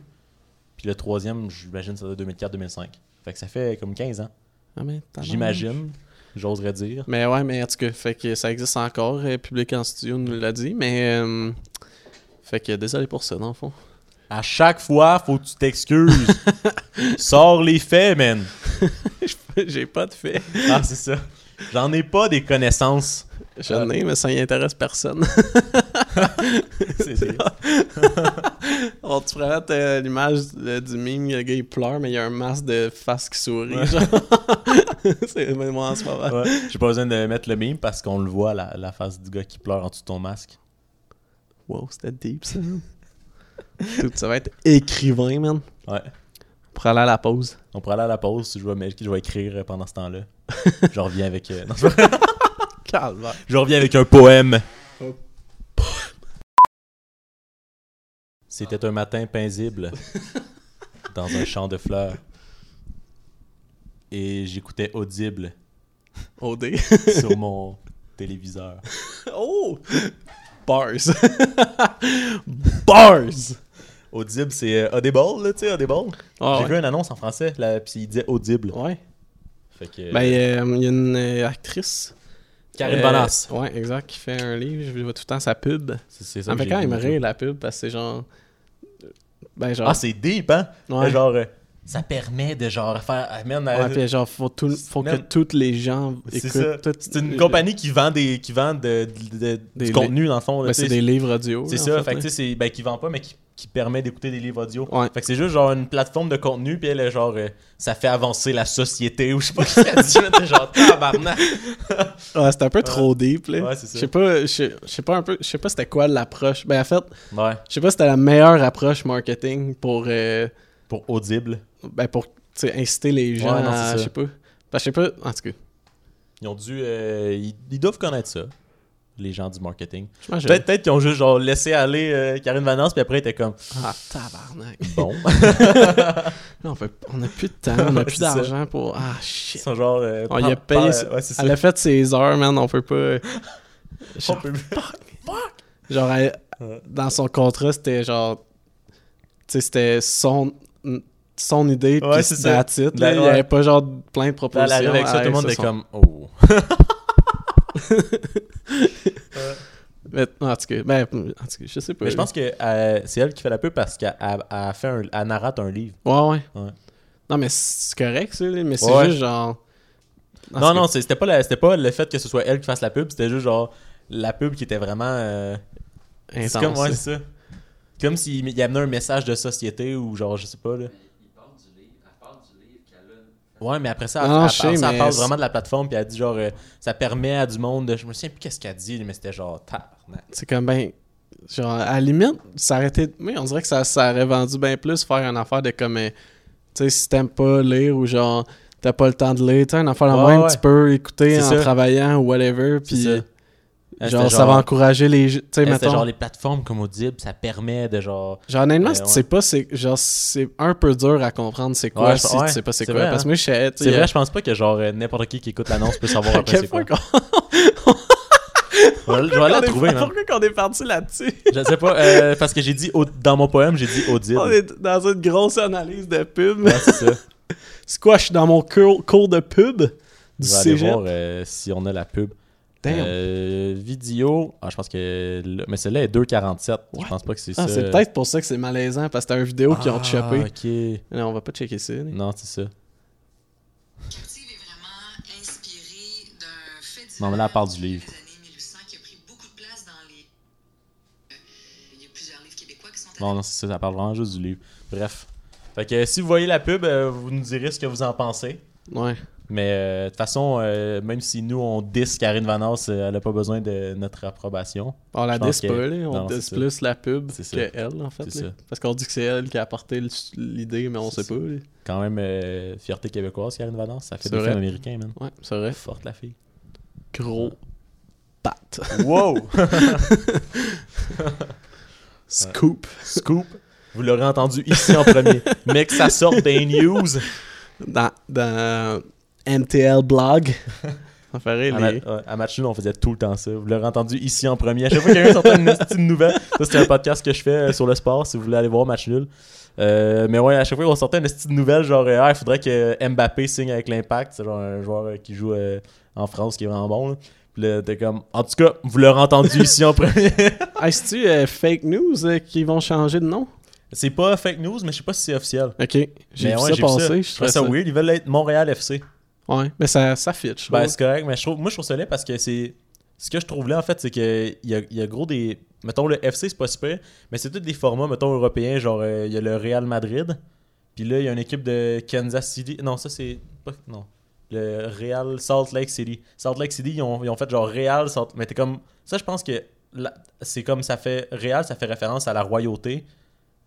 Puis le troisième, j'imagine, ça doit être 2004-2005. Fait que ça fait comme 15 ans.
Ah, mais t'as
J'imagine, j'oserais dire.
Mais ouais, mais en tout cas, fait que ça existe encore. euh, Public en studio nous l'a dit, mais. euh, fait que désolé pour ça, dans le fond.
À chaque fois, faut que tu t'excuses. Sors les faits, man.
J'ai pas de fait.
Ah, c'est ça. J'en ai pas des connaissances.
J'en ai, mais ça y intéresse personne.
C'est triste.
On te prête euh, l'image de- du mime, le gars il pleure, mais il y a un masque de face qui sourit.
Ouais.
genre. C'est moi en ce moment.
Ouais. J'ai pas besoin de mettre le meme parce qu'on le voit, la, la face du gars qui pleure en dessous de ton masque.
Wow, c'était deep ça. Tout ça va être écrivain, man.
Ouais.
pour aller à la pause.
On pourrait aller à la pause, je vais, mais je vais écrire pendant ce temps-là. je reviens avec euh, non,
Calvaire.
je reviens avec un poème.
Oh.
C'était un matin paisible dans un champ de fleurs. Et j'écoutais audible
OD.
sur mon téléviseur.
oh! Bars. Bars!
Audible, c'est euh, Audible, là, tu sais, Audible.
Ah,
J'ai
ouais.
vu une annonce en français, là, puis il disait Audible.
Ouais.
Fait que,
Ben, euh, il y a une euh, actrice.
Karine
euh,
Vanasse.
Ouais, exact, qui fait un livre. Je vois tout le temps sa pub.
euh, C'est- c'est ça
Ça me
que
fait quand
j'ai
même
vu.
rire la pub parce que c'est genre. Ben, genre.
Ah, c'est deep, hein?
Ouais.
Genre, euh, ça permet de genre faire. ah, man, euh,
Ouais, puis genre, faut, tout, faut que
Même-
toutes les gens
c'est
écoutent.
ça.
toutes-
C'est une compagnie qui vend des qui vend de, de- de-
Des
du contenu dans le fond. là,
Ben,
tu
c'est
sais.
des livres audio.
C'est
là, en
ça, fait
fait,
que tu sais, c'est- ben, qui vend pas, mais qui, qui permet d'écouter des livres audio.
Ouais.
Fait que c'est juste genre une plateforme de contenu, puis elle est genre, euh, ça fait avancer la société, ou je sais pas ce qu'elle dit, mais t'es genre tabarnak.
là. Ouais, c'était un peu trop deep, là.
Ouais, c'est ça.
Je sais pas, je sais je sais pas un peu, je sais pas c'était quoi l'approche. Ben, en fait,
Ouais,
je sais pas c'était la meilleure approche marketing pour, euh,
pour audible.
ben, pour, tu sais, inciter les gens
Ouais, non, c'est
à,
ça.
je sais pas. Parce que je sais pas, en tout cas,
Ils ont dû, euh, ils, ils doivent connaître ça, les gens du marketing.
j'imagine.
Peut-être peut-être qu'ils ont juste genre laissé aller euh, Karine Vanance, puis après, ils étaient comme,
Ah, tabarnak.
bon.
Là, on, peut, on a plus de temps, on a
Ouais,
plus
c'est ça.
d'argent pour. Ah,
Ils
shit.
sont genre. euh,
On y
par-
a payé
par-
ça.
ouais, c'est ça.
Elle a fait ses heures, man, on peut pas.
On
Genre,
peut-
genre, elle-
Ouais.
dans son contrat, c'était genre. Tu sais, c'était son, son idée,
Ouais,
puis
c'est
c'était
ça.
à titre.
La-
là. Il y
ouais.
avait pas genre plein
Là,
de
elle
propositions.
arrive avec ça,
Ah,
tout le monde
ça
est
sont-
comme, oh.
Mais, en tout cas, ben, en tout cas, je sais pas.
Mais je pense que euh, c'est elle qui fait la pub parce qu'elle elle- elle fait un, elle narrate un livre.
Ouais, ouais.
Ouais.
Non, mais c'est correct, ça, là, mais c'est
Ouais.
juste genre. en
non,
tout cas,
non, c'est- c'était pas, la- c'était pas le fait que ce soit elle qui fasse la pub, c'était juste genre la pub qui était vraiment. euh, c'est
intense,
comme, ouais,
là.
c'est ça. Comme s'il y amenait un message de société ou genre, je sais pas. Là. Ouais, mais après ça, elle,
Non,
elle
Ah, je
parle,
sais,
ça, elle
mais
parle
c'est-
vraiment de la plateforme, puis elle dit genre, euh, ça permet à du monde de. Je me souviens plus qu'est-ce qu'elle dit, mais c'était genre, tabarnak.
C'est comme ben. Genre, à la limite, s'arrêter. Oui, on dirait que ça, ça aurait vendu bien plus faire une affaire de comme. euh, Tu sais, si t'aimes pas lire ou genre, t'as pas le temps de lire, tu sais, une affaire de
Ouais,
même,
ouais.
tu peux écouter
C'est
en
ça.
travaillant ou whatever,
C'est
puis.
ça.
euh,
Elle,
Genre,
c'était
ça va encourager les. gens- Tu sais,
elle, c'était
mettons.
genre les plateformes comme Audible, ça permet de genre.
Genre, honnêtement, si
Euh,
tu
ouais.
sais pas, c'est. Genre, c'est un peu dur à comprendre c'est quoi
Ouais, je-
si
ouais,
tu sais pas c'est
c'est
quoi.
vrai,
parce
hein.
que moi, je sais. tu sais,
C'est
euh,
vrai, je pense pas que genre euh, n'importe qui qui écoute l'annonce peut savoir
à
après
quelle
c'est quoi.
fois qu'on.
Je vais- je vais aller la
qu'on est-
trouver, man.
Pourquoi qu'on est parti là-dessus?
Je sais pas, euh, parce que j'ai dit, au- dans mon poème, j'ai dit audible.
On est dans une grosse analyse de pub.
Ouais, c'est ça.
C'est quoi, je suis dans mon cours, cours de pub du
Je vais aller
cégep.
voir euh, si on a la pub.
Damn.
Euh, vidéo. Ah, je pense que. là- Mais celle-là est 2,47. Je
What?
pense pas que c'est ça. Ah,
Ah, c'est peut-être pour ça que c'est malaisant, parce que t'as une vidéo qu'ils ont chopé.
ok.
Non, on va pas checker ça. là.
Non, c'est ça.
Captive est vraiment inspirée d'un fait divers
Non, mais là, elle parle du livre.
des années 1800 qui a pris beaucoup de place dans les. Euh, Il y a plusieurs livres québécois qui sont
Non, non, c'est ça. Ça parle vraiment juste du livre. Bref. Fait que euh, si vous voyez la pub, euh, vous nous direz ce que vous en pensez.
Ouais.
Mais euh, de toute façon, euh, même si nous on disque Karine Vanasse, euh, elle a pas besoin de notre approbation.
On la
Je pense
dise
que-
pas, là. On
non,
dise
c'est ça.
plus la pub
C'est ça.
que elle, en fait.
C'est
là.
ça.
Parce qu'on dit que c'est elle qui a apporté le- l'idée, mais on
C'est
sait
ça.
pas. là.
Quand même, euh, fierté québécoise, Karine Vanasse. Ça fait
C'est
des
vrai.
films américains, man.
Ouais, c'est vrai.
Forte la fille.
Gros pat.
Wow!
Scoop.
Scoop. Vous l'aurez entendu ici en premier. Mais que ça sorte des news.
Dans, dans MTL Blog. Ça ferait
À, ma-
les...
ouais, à Match Nul, on faisait tout le temps ça. Vous l'aurez entendu ici en premier. À chaque fois qu'il y a eu sortait une petite nouvelle. Ça, c'était un podcast que je fais euh, sur le sport, si vous voulez aller voir Match Nul. Euh, mais ouais, à chaque fois qu'on sortait une petite nouvelle, genre, euh, ah, il faudrait que Mbappé signe avec l'Impact. C'est genre un joueur euh, qui joue euh, en France qui est vraiment bon. là. Puis là, t'es comme, en tout cas, vous l'aurez entendu ici en premier.
Est-ce que Ah, fake news euh, qui vont changer de nom?
c'est pas fake news, mais je sais pas si c'est officiel.
Ok. J'ai
Mais
vu
ouais,
ça
j'ai vu
passer.
Je
Je
trouvais ça weird. Ils veulent être Montréal FC.
Ouais, mais ça, ça fit, je
Ben,
trouve.
c'est correct, mais je trouve, moi, je trouve ça laid parce que c'est. Ce que je trouve là, en fait, c'est qu'il y a, il y a gros des. Mettons, le FC, c'est pas super, mais c'est tous des formats, mettons, européens. Genre, euh, il y a le Real Madrid, puis là, il y a une équipe de Kansas City. Non, ça, c'est. pas- Non. Le Real Salt Lake City. Salt Lake City, ils ont, ils ont fait genre Real Salt. Mais t'es comme. Ça, je pense que. la- C'est comme ça fait. Real, ça fait référence à la royauté.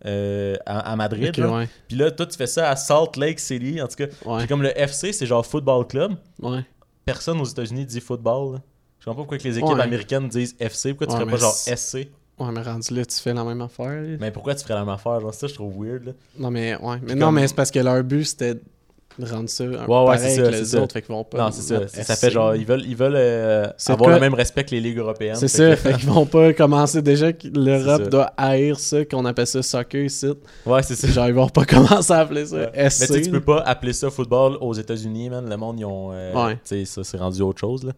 euh, à, à Madrid.
Ok,
là.
ouais.
Puis là, toi, tu fais ça à Salt Lake City, en tout cas.
Ouais.
Puis comme le FC, c'est genre football club.
Ouais.
Personne aux États-Unis dit football. là. Je comprends pas pourquoi que les équipes
Ouais.
américaines disent FC. Pourquoi tu
Ouais,
ferais
mais
pas genre
c'est-
SC
Ouais, mais rendu là, tu fais la même affaire. là.
Mais pourquoi tu ferais la même affaire Genre, ça, je trouve weird. Là.
Non, mais ouais. Mais
Puis
non,
comme-
mais c'est parce que leur but, c'était de rendre ça un peu
ouais,
pareil
c'est ça,
que
c'est
les
ça.
autres. Fait qu'ils vont pas.
non, c'est ça.
mettre
Ça- Ça
SC.
fait genre, ils veulent, ils veulent euh,
C'est
avoir
quoi-
le même respect que les ligues européennes.
C'est
Fait
ça,
que-
fait qu'ils vont pas commencer. Déjà que
C'est ça.
l'Europe doit haïr ça, qu'on appelle ça soccer ici.
Ouais, c'est ça.
Genre, ils vont pas commencer à appeler ça
Ouais. Mais tu sais,
SC.
tu peux pas appeler ça football aux États-Unis, man. Le monde, ils ont. euh,
Ouais.
Tu sais, ça, c'est rendu autre chose, là.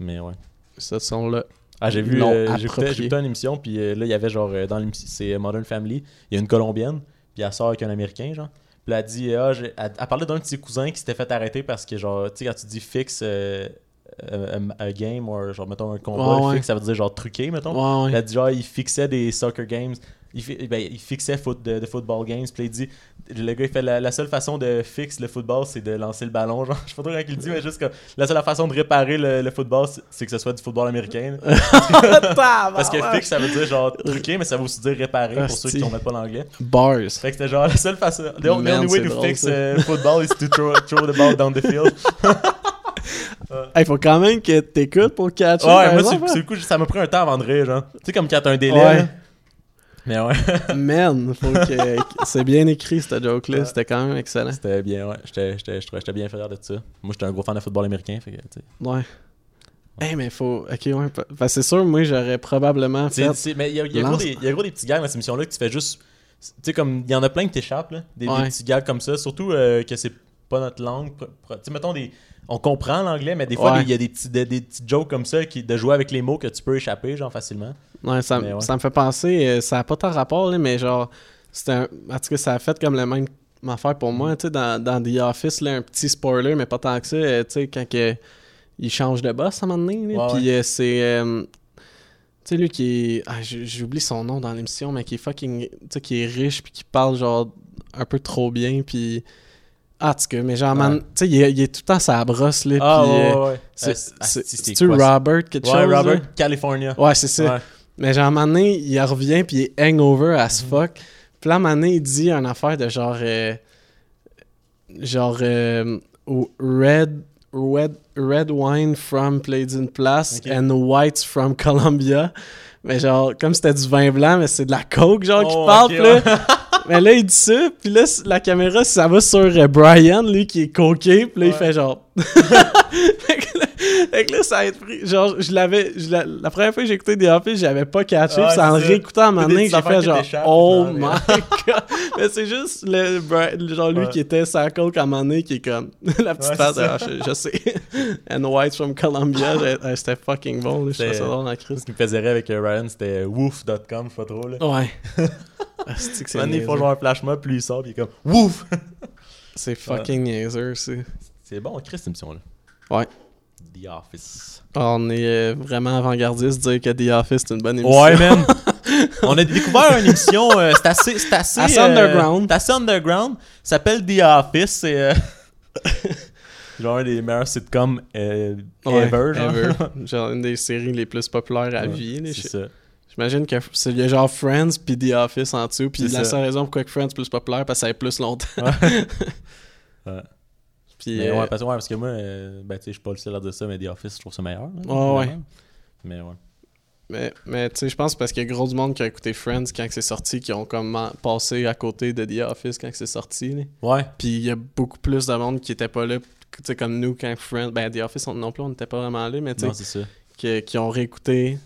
Mais ouais.
Ce son-là.
Ah, j'ai vu.
Non,
euh, J'écoutais
approprié.
j'écoutais une émission, puis euh, là, il y avait genre. euh, dans l'émission, c'est euh, Modern Family. Il y a une Colombienne, puis elle sort avec un Américain, genre. Puis elle dit. euh, Ah, j'ai- elle, elle parlait d'un de ses cousins qui s'était fait arrêter parce que, genre, tu sais, quand tu dis fixe euh, euh, un- un game, ou genre, mettons, un combat,
Ah, Ouais, ouais.
fixe, ça veut dire genre truqué, mettons.
Ouais,
Il a
ouais.
dit genre, il fixait des soccer games. Il, fi- ben, il fixait foot, de, de football games. Puis il dit, le gars, il fait la, la seule façon de fixer le football, c'est de lancer le ballon. Genre, je sais pas trop comment il dit, mais juste comme la seule façon de réparer le, le football, c'est- c'est que ce soit du football américain. Parce que fixe, ça veut dire genre truquer, mais ça veut aussi dire réparer pour ceux qui
Hostie.
ne pas l'anglais.
Bars.
Fait que c'était genre la seule façon. The only
Man,
way
c'est
to
drôle,
fix
ça.
euh, football is to throw, throw the ball down the field.
Hey, faut quand même que t'écoutes pour catcher. par
Ouais, moi,
exemple, hein.
sur, sur le coup, ça m'a pris un temps avant de rire, genre. Tu sais, comme quand t'as un délai.
Ouais.
là. Mais ouais.
hein. Man, faut que. C'est bien écrit, cette joke-là.
Ouais.
C'était quand même excellent.
C'était bien, ouais. J'étais, j'étais, j'étais, j'étais bien fier de ça. Moi, j'étais un gros fan de football américain. Fait que, tu sais.
Ouais. Hey, mais faut. Ok, ouais. pa- Parce que c'est sûr, moi, j'aurais probablement
C'est-
fait.
c'est- mais il y a, il y a
lance-
gros des, il y a gros des petits gags dans cette émission-là que tu fais juste. Tu sais, comme il y en a plein qui t'échappent, là. Des, des
Ouais.
petits gags comme ça. Surtout euh, que c'est pas notre langue. Pro- pro- Tu sais, mettons des. On comprend l'anglais, mais des fois,
Ouais.
des- il y a des petits, des, des petits jokes comme ça qui, de jouer avec les mots que tu peux échapper, genre facilement.
Ouais, ça,
Mais
m-
ouais.
ça me fait penser. euh, ça n'a pas tant rapport, là, mais genre. C'était un. En tout cas, ça a fait comme le même affaire pour moi. Tu sais, dans, dans The Office, là, un petit spoiler, mais pas tant que ça. euh, tu sais, quand que, il change de boss à un moment donné. là,
Ouais,
Puis euh, c'est. euh, tu sais, lui qui est. ah, j- J'oublie son nom dans l'émission, mais qui est fucking. Tu sais, qui est riche, puis qui parle genre un peu trop bien, puis. Ah, en tout cas, mais genre,
Ouais.
man, tu sais, il, est- il est tout le temps sa brosse, là.
Ah,
puis, euh,
ouais, ouais, ouais.
c'est-
Ah,
c'est-
asti, c'est
C'est-tu
quoi, ça?
Robert quelque chose?
Ouais,
là?
Robert, California.
Ouais, c'est ça.
Ouais.
Mais genre, à un moment donné, il revient puis il est hangover as
Mhm.
fuck. Puis là, à un moment donné, il dit une affaire de genre... euh, genre... euh, ou red... Red, red wine from Plains in Place
Ok.
and white from Colombia. Mais genre, comme c'était du vin blanc, mais c'est de la coke, genre, qui
Oh,
parle.
ok,
puis là, mais là, il dit ça, puis là, c- la caméra, ça va sur euh, Brian, lui, qui est coqué, puis là, il
Ouais.
fait genre... fait, que là, fait que là, ça a été pris... Genre, je l'avais... je la- La première fois que j'ai écouté The Office, j'avais pas catché,
Ouais,
puis ça en
c'est ça.
réécoutant à un moment
Des
donné,
petites
j'ai
affaires
fait
qui
genre...
t'échappent,
Oh
genre,
my
mais-
God! Mais c'est juste le, Brian- le genre, lui,
Ouais.
qui était sans coke à un moment donné, qui est comme... la petite
Ouais,
face de...
c'est
Ah, je, je sais. And White from Colombia, j'ai- ah, c'était fucking bon, là, je
C'est-
trouvais ça drôle en
Ce
crise.
qui me faisait rire avec euh, Ryan, c'était woof.com, je sais pas trop, là.
Ouais. Ah, c'est que c'est
Un moment donné, ils font
niaiseux.
genre un flash mob, puis il sort, puis il est comme Wouf!
C'est fucking niaiseux, c'est...
C'est bon, Chris, cette émission-là.
Ouais.
The Office.
On est euh, vraiment avant-gardiste de dire que The Office c'est une bonne émission.
Ouais, man. On a découvert une émission, euh, c'est assez. C'est assez,
Assez
euh,
underground.
C'est assez underground. Ça s'appelle The Office. C'est. euh, genre un des meilleurs sitcoms euh,
Ouais,
ever, genre.
ever. Genre une des séries les plus populaires à vie. là.
C'est
Je-
ça.
J'imagine que c'est il y a genre Friends puis The Office en dessous. Puis
C'est
la
ça.
seule raison pourquoi que Friends est plus populaire, parce que ça est plus longtemps.
Ouais.
Puis,
Mais
euh,
ouais, parce, ouais, parce que moi, euh, ben, tu sais, je suis pas le seul à dire ça, mais The Office, je trouve ça meilleur. là,
Ouais, ouais.
Mais ouais.
Mais, mais tu sais, je pense parce qu'il y a gros du monde qui a écouté Friends quand que c'est sorti, qui ont comme man- passé à côté de The Office quand que c'est sorti. là.
Ouais.
Puis il y a beaucoup plus de monde qui était pas là. Tu sais, comme nous, quand Friends. Ben, The Office, on, non plus, on n'était pas vraiment là, mais tu sais,
Non, c'est ça.
que- qui ont réécouté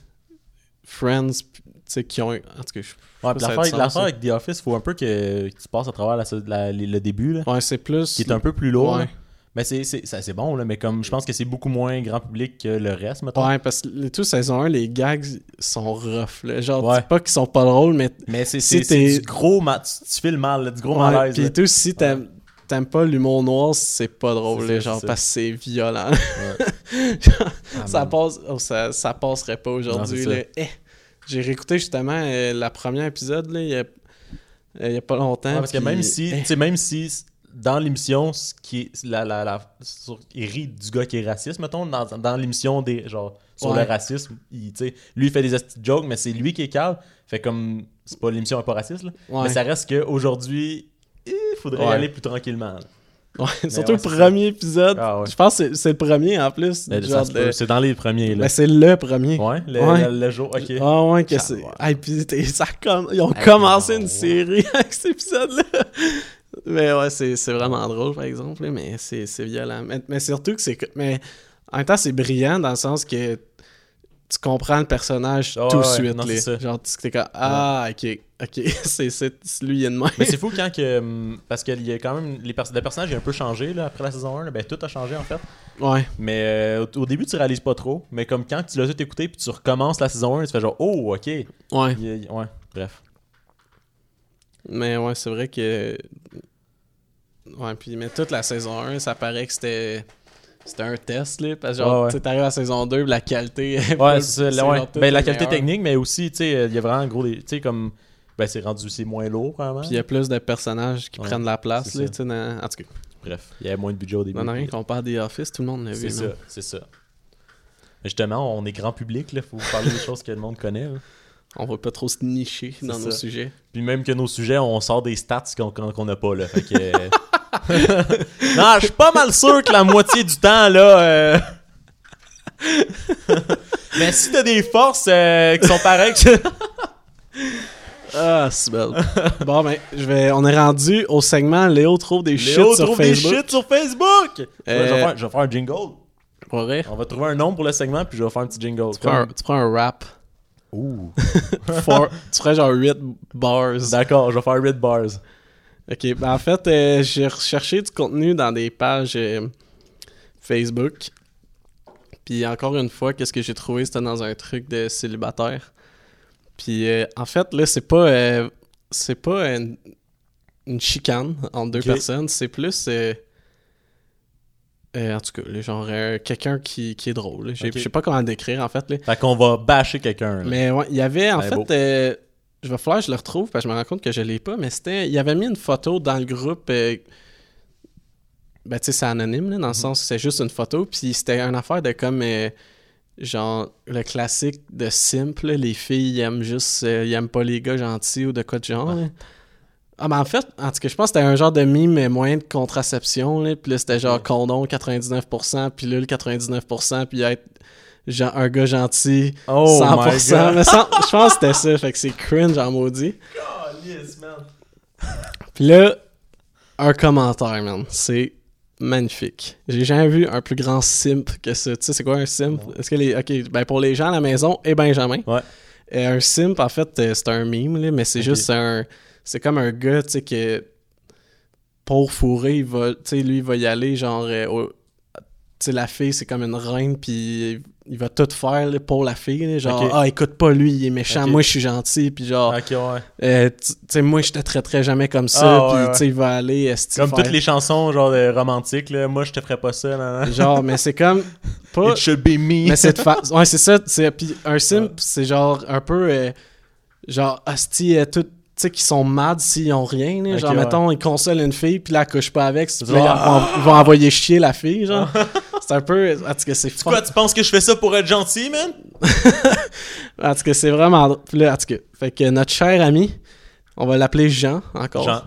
Friends, pis, tu sais, qui ont. En tout cas, je-
Ouais,
que
puis
ça a
l'affaire
du sens,
l'affaire
ça.
avec The Office, faut un peu que, que tu passes à travers la- la- le début, là,
ouais, c'est plus.
qui est un peu plus lourd.
Ouais.
là. Mais c'est c'est- ça, c'est bon, là, mais comme je pense que c'est beaucoup moins grand public que le reste, mettons.
Ouais, parce que les- tout saison 1, les gags sont rough. là. Genre,
Ouais.
dis pas qu'ils sont pas drôles, mais.
Mais c'est
Si
c'est- c'est
t'es-
du gros ma- tu, tu files mal, là, du gros
Ouais,
malaise. là.
Puis tout, si t'aimes t'aimes pas l'humour noir, c'est pas drôle,
C'est ça,
là, genre,
c'est ça.
parce que c'est violent.
Ah,
ça,
man.
passe, oh, ça, ça passerait pas aujourd'hui.
Non, c'est
là. Eh, J'ai réécouté justement euh, la première épisode, là, il y a, euh, il y a pas longtemps.
Ouais, parce que
puis-
même si,
eh,
tu sais, même si dans l'émission, ce qui est la, la, la- sur- il rit du gars qui est raciste, mettons, dans, dans l'émission des genre sur
Ouais.
le racisme, il, tu sais, lui il fait des petites jokes, mais c'est lui qui est calme. Fait comme c'est pas l'émission est pas raciste, là.
Ouais.
mais ça reste qu'aujourd'hui, il faudrait y
Ouais.
aller plus tranquillement. là.
Ouais, surtout
ouais,
le
c'est ça.
premier épisode.
Ah ouais.
Je pense que c'est- c'est le premier en plus.
Mais
genre
ça se
de-
peut, C'est dans les premiers là.
Mais Ben, c'est le premier.
Ouais, le,
Ouais.
le- le jour, ok.
Ah ouais, que c'est.
ouais.
Hey, puis t'es- ça comm- Ils ont
Hey,
commencé
non,
une
ouais.
série avec cet épisode-là. Mais ouais, c'est c'est vraiment drôle, par exemple. là, Mais c'est c'est violent. Mais, mais surtout que c'est. que- Mais en même temps, c'est brillant dans le sens que tu comprends le personnage
Ah
tout de
ouais,
suite.
non,
là.
c'est ça.
Genre, tu t'es comme. Ah, ok, ok. c'est c'est- lui, il est de même.
Mais c'est fou quand que. hum, Parce qu'il y a quand même. Les pers- le personnage il a un peu changé là, après la saison 1. là. Ben, tout a changé en fait.
Ouais.
Mais euh, au- au début, tu réalises pas trop. Mais comme quand tu l'as tout écouté puis tu recommences la saison 1, tu fais genre, oh, ok. Il-
Ouais.
il- ouais, bref.
Mais ouais, c'est vrai que. Ouais, puis mais toute la saison 1, ça paraît que c'était. C'était un test, là. Parce que, genre,
Ouais, ouais.
tu sais, t'arrives à la saison 2, la qualité. est
Ouais,
pas-
c'est ça.
c'est
ouais.
genre tout
Ben, la
est
qualité
meilleur.
technique, mais aussi, tu sais, euh, il y a vraiment gros. des- Tu sais, comme. Ben, c'est rendu, c'est moins lourd, vraiment.
Puis il y a plus de personnages qui
Ouais,
prennent la place,
c'est
là.
ça.
Tu sais, dans- en tout cas,
Bref, il y avait moins de budget au début.
dans rien qu'on parle des Office, tout le monde l'a vu.
C'est ça,
man.
c'est ça. Mais justement, on est grand public, là. Faut parler des choses que le monde connaît. là.
On va pas trop se nicher dans
C'est
nos
ça.
sujets.
Puis même que nos sujets, on sort des stats qu'on qu'on- qu'on n'a pas, là. Fait que... euh, non, je suis pas mal sûr que la moitié du temps, là... euh, Mais si t'as des forces euh, qui sont pareilles que...
Ah, c'est belle. bon, ben, je vais... on est rendu au segment Léo trouve des
Léo
shit sur
trouve
Facebook.
des shit sur Facebook!
Euh,
Je, vais faire, je vais faire un jingle.
Pour vrai.
On va trouver un nom pour le segment, puis je vais faire un petit jingle.
Tu prends un, tu prends un rap.
Ouh.
Four- tu ferais genre 8 bars.
D'accord, je vais faire Red Bars.
Ok, ben en fait, euh, j'ai recherché du contenu dans des pages euh, Facebook. Puis encore une fois, qu'est-ce que j'ai trouvé, c'était dans un truc de célibataire. Puis euh, en fait, là, c'est pas euh, c'est pas une, une chicane entre deux
Ok.
personnes, c'est plus euh, euh, en tout cas, là, genre euh, quelqu'un qui, qui est drôle. là. J'ai-
Ok.
Je sais pas comment le décrire en fait. Là.
Fait qu'on va bâcher quelqu'un. là.
Mais ouais, il y avait en
Ben, beau.
fait, euh, je vais falloir que je le retrouve parce que je me rends compte que je l'ai pas, mais c'était, il avait mis une photo dans le groupe. euh, ben tu sais, c'est anonyme
Mhm.
là, dans le sens que c'est juste une photo, puis c'était une affaire de comme euh, genre le classique de simple, les filles ils aiment juste, euh, ils aiment pas les gars gentils ou de quoi de genre. là. Ah, mais en fait, en tout cas, je pense que c'était un genre de mime mais moyen de contraception. Là. Puis là, c'était genre condom 99%, pilule 99%, puis être genre, un gars gentil
Oh
100%.
my
mais sans- je pense que c'était ça. Fait que c'est cringe en maudit.
Oh, God.
Puis là, un commentaire, man. C'est magnifique. J'ai jamais vu un plus grand simp que ça. Tu sais, c'est quoi un simp? Est-ce que les. Ok, ben pour les gens à la maison et Benjamin.
Ouais.
Euh, un simp, en fait, euh, c'est un meme, là, mais c'est
Ok.
juste un. C'est comme un gars, tu sais, que. Pour fourrer, il va, tu sais, lui, il va y aller, genre. euh, au- tu sais, la fille, c'est comme une reine, puis il va tout faire là, pour la fille. là, genre,
Ok.
ah, écoute pas lui, il est méchant,
Ok.
moi, je suis gentil, puis genre.
Ok, ouais.
Euh, tu tu sais, moi, je te traiterais jamais comme ça.
Ah, ouais,
puis,
ouais.
tu sais, il va aller. euh, esti,
Comme
faire-
toutes les chansons genre de romantiques, là, moi je te ferais pas ça. Nan, nan.
Genre, mais c'est comme. Pas.
It should be me.
mais c'est de fa- Ouais, c'est ça. c'est- Puis, un simp, c'est genre un peu. euh, genre, hostie, euh, tout. Tu sais, qui sont mad s'ils ont rien. là.
Ok,
genre,
ouais.
mettons, ils consolent une fille, puis la couche pas avec. Puis,
Genre, ah.
là, ils, vont, ils vont envoyer chier la fille, genre. c'est un peu. En tout cas, c'est fort.
Quoi, tu penses que je fais ça pour être gentil, man?
En tout cas, c'est vraiment. drôle. Puis là, en tout cas. Fait que notre cher ami, on va l'appeler Jean encore.
Jean.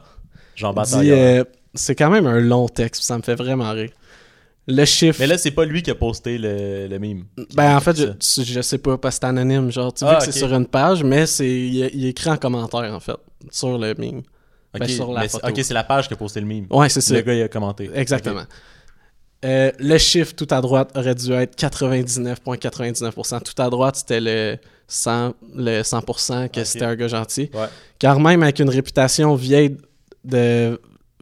Jean
dit,
Bataille.
euh, c'est quand même un long texte, ça me fait vraiment rire. Le chiffre.
Mais là, c'est pas lui qui a posté le, le meme.
ben en fait, je, tu- je sais pas parce que c'est anonyme, genre tu
Ah,
vois que
ok.
c'est sur une page, mais c'est il, il écrit en commentaire en fait sur le meme.
Ok,
ben, sur la
mais c'est-
photo.
ok, c'est la page qui a posté le meme.
Ouais, c'est ça.
Le gars, il a commenté.
Exactement. Euh, le chiffre tout à droite aurait dû être 99.99%. Tout à droite, c'était le 100, le 100% que
Ok.
c'était un gars gentil.
Ok. Ouais.
Car même avec une réputation vieille de.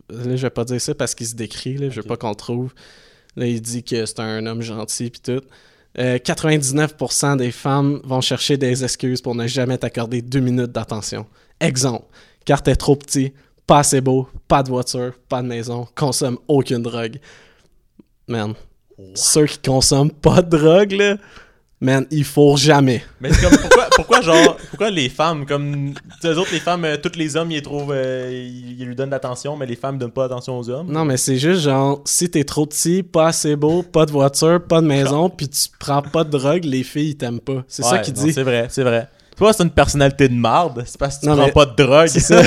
Là, je vais pas dire ça parce qu'il se décrit, là, je veux
Ok.
pas qu'on le trouve. Là, il dit que c'est un homme gentil puis tout. Euh, 99% des femmes vont chercher des excuses pour ne jamais t'accorder deux minutes d'attention. Exemple, car t'es trop petit, pas assez beau, pas de voiture, pas de maison, consomme aucune drogue. Man, ceux qui consomment pas de drogue, là, Man, il faut jamais.
Mais c'est comme, pourquoi, pourquoi, genre, pourquoi les femmes, comme, tu sais, eux autres, les femmes, euh, tous les hommes, ils les trouvent, euh, ils, ils lui donnent de l'attention, mais les femmes donnent pas attention aux hommes.
Non, mais c'est juste genre, si t'es trop petit, pas assez beau, pas de voiture, pas de maison, puis tu prends pas de drogue, les filles, ils t'aiment pas. C'est ça
Ouais,
qu'il
non,
dit.
C'est vrai, c'est vrai. Toi, c'est une personnalité de marde, c'est parce que tu
Non,
prends
mais
pas de drogue. C'est
ça.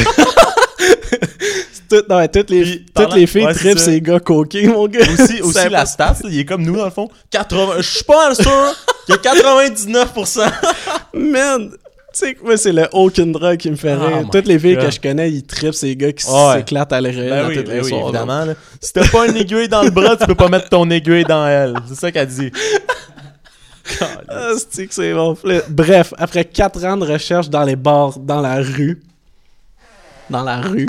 Tout- non, mais toutes les,
Puis,
toutes
parlant-
les filles
ouais, c'est
trippent
ça.
ces gars coqués, mon gars.
aussi, aussi
C'est
la stats, là, il est comme nous dans le fond. 80, je suis pas mal sûr que 99%.
Man, tu sais que moi, c'est le aucune drogue qui me fait
Oh
rire.
my
Toutes les filles
God.
que je connais, ils trippent ces gars qui
Ouais.
s'éclatent à l'oreille
Ben
dans
oui,
toutes
ben
les
oui,
soirées.
évidemment. là. Si t'as pas une aiguille dans le bras, tu peux pas mettre ton aiguille dans elle. C'est ça qu'elle dit.
Ah, c'est que c'est bon. Là, Bref, après 4 ans de recherche dans les bars, dans la rue. Dans la rue.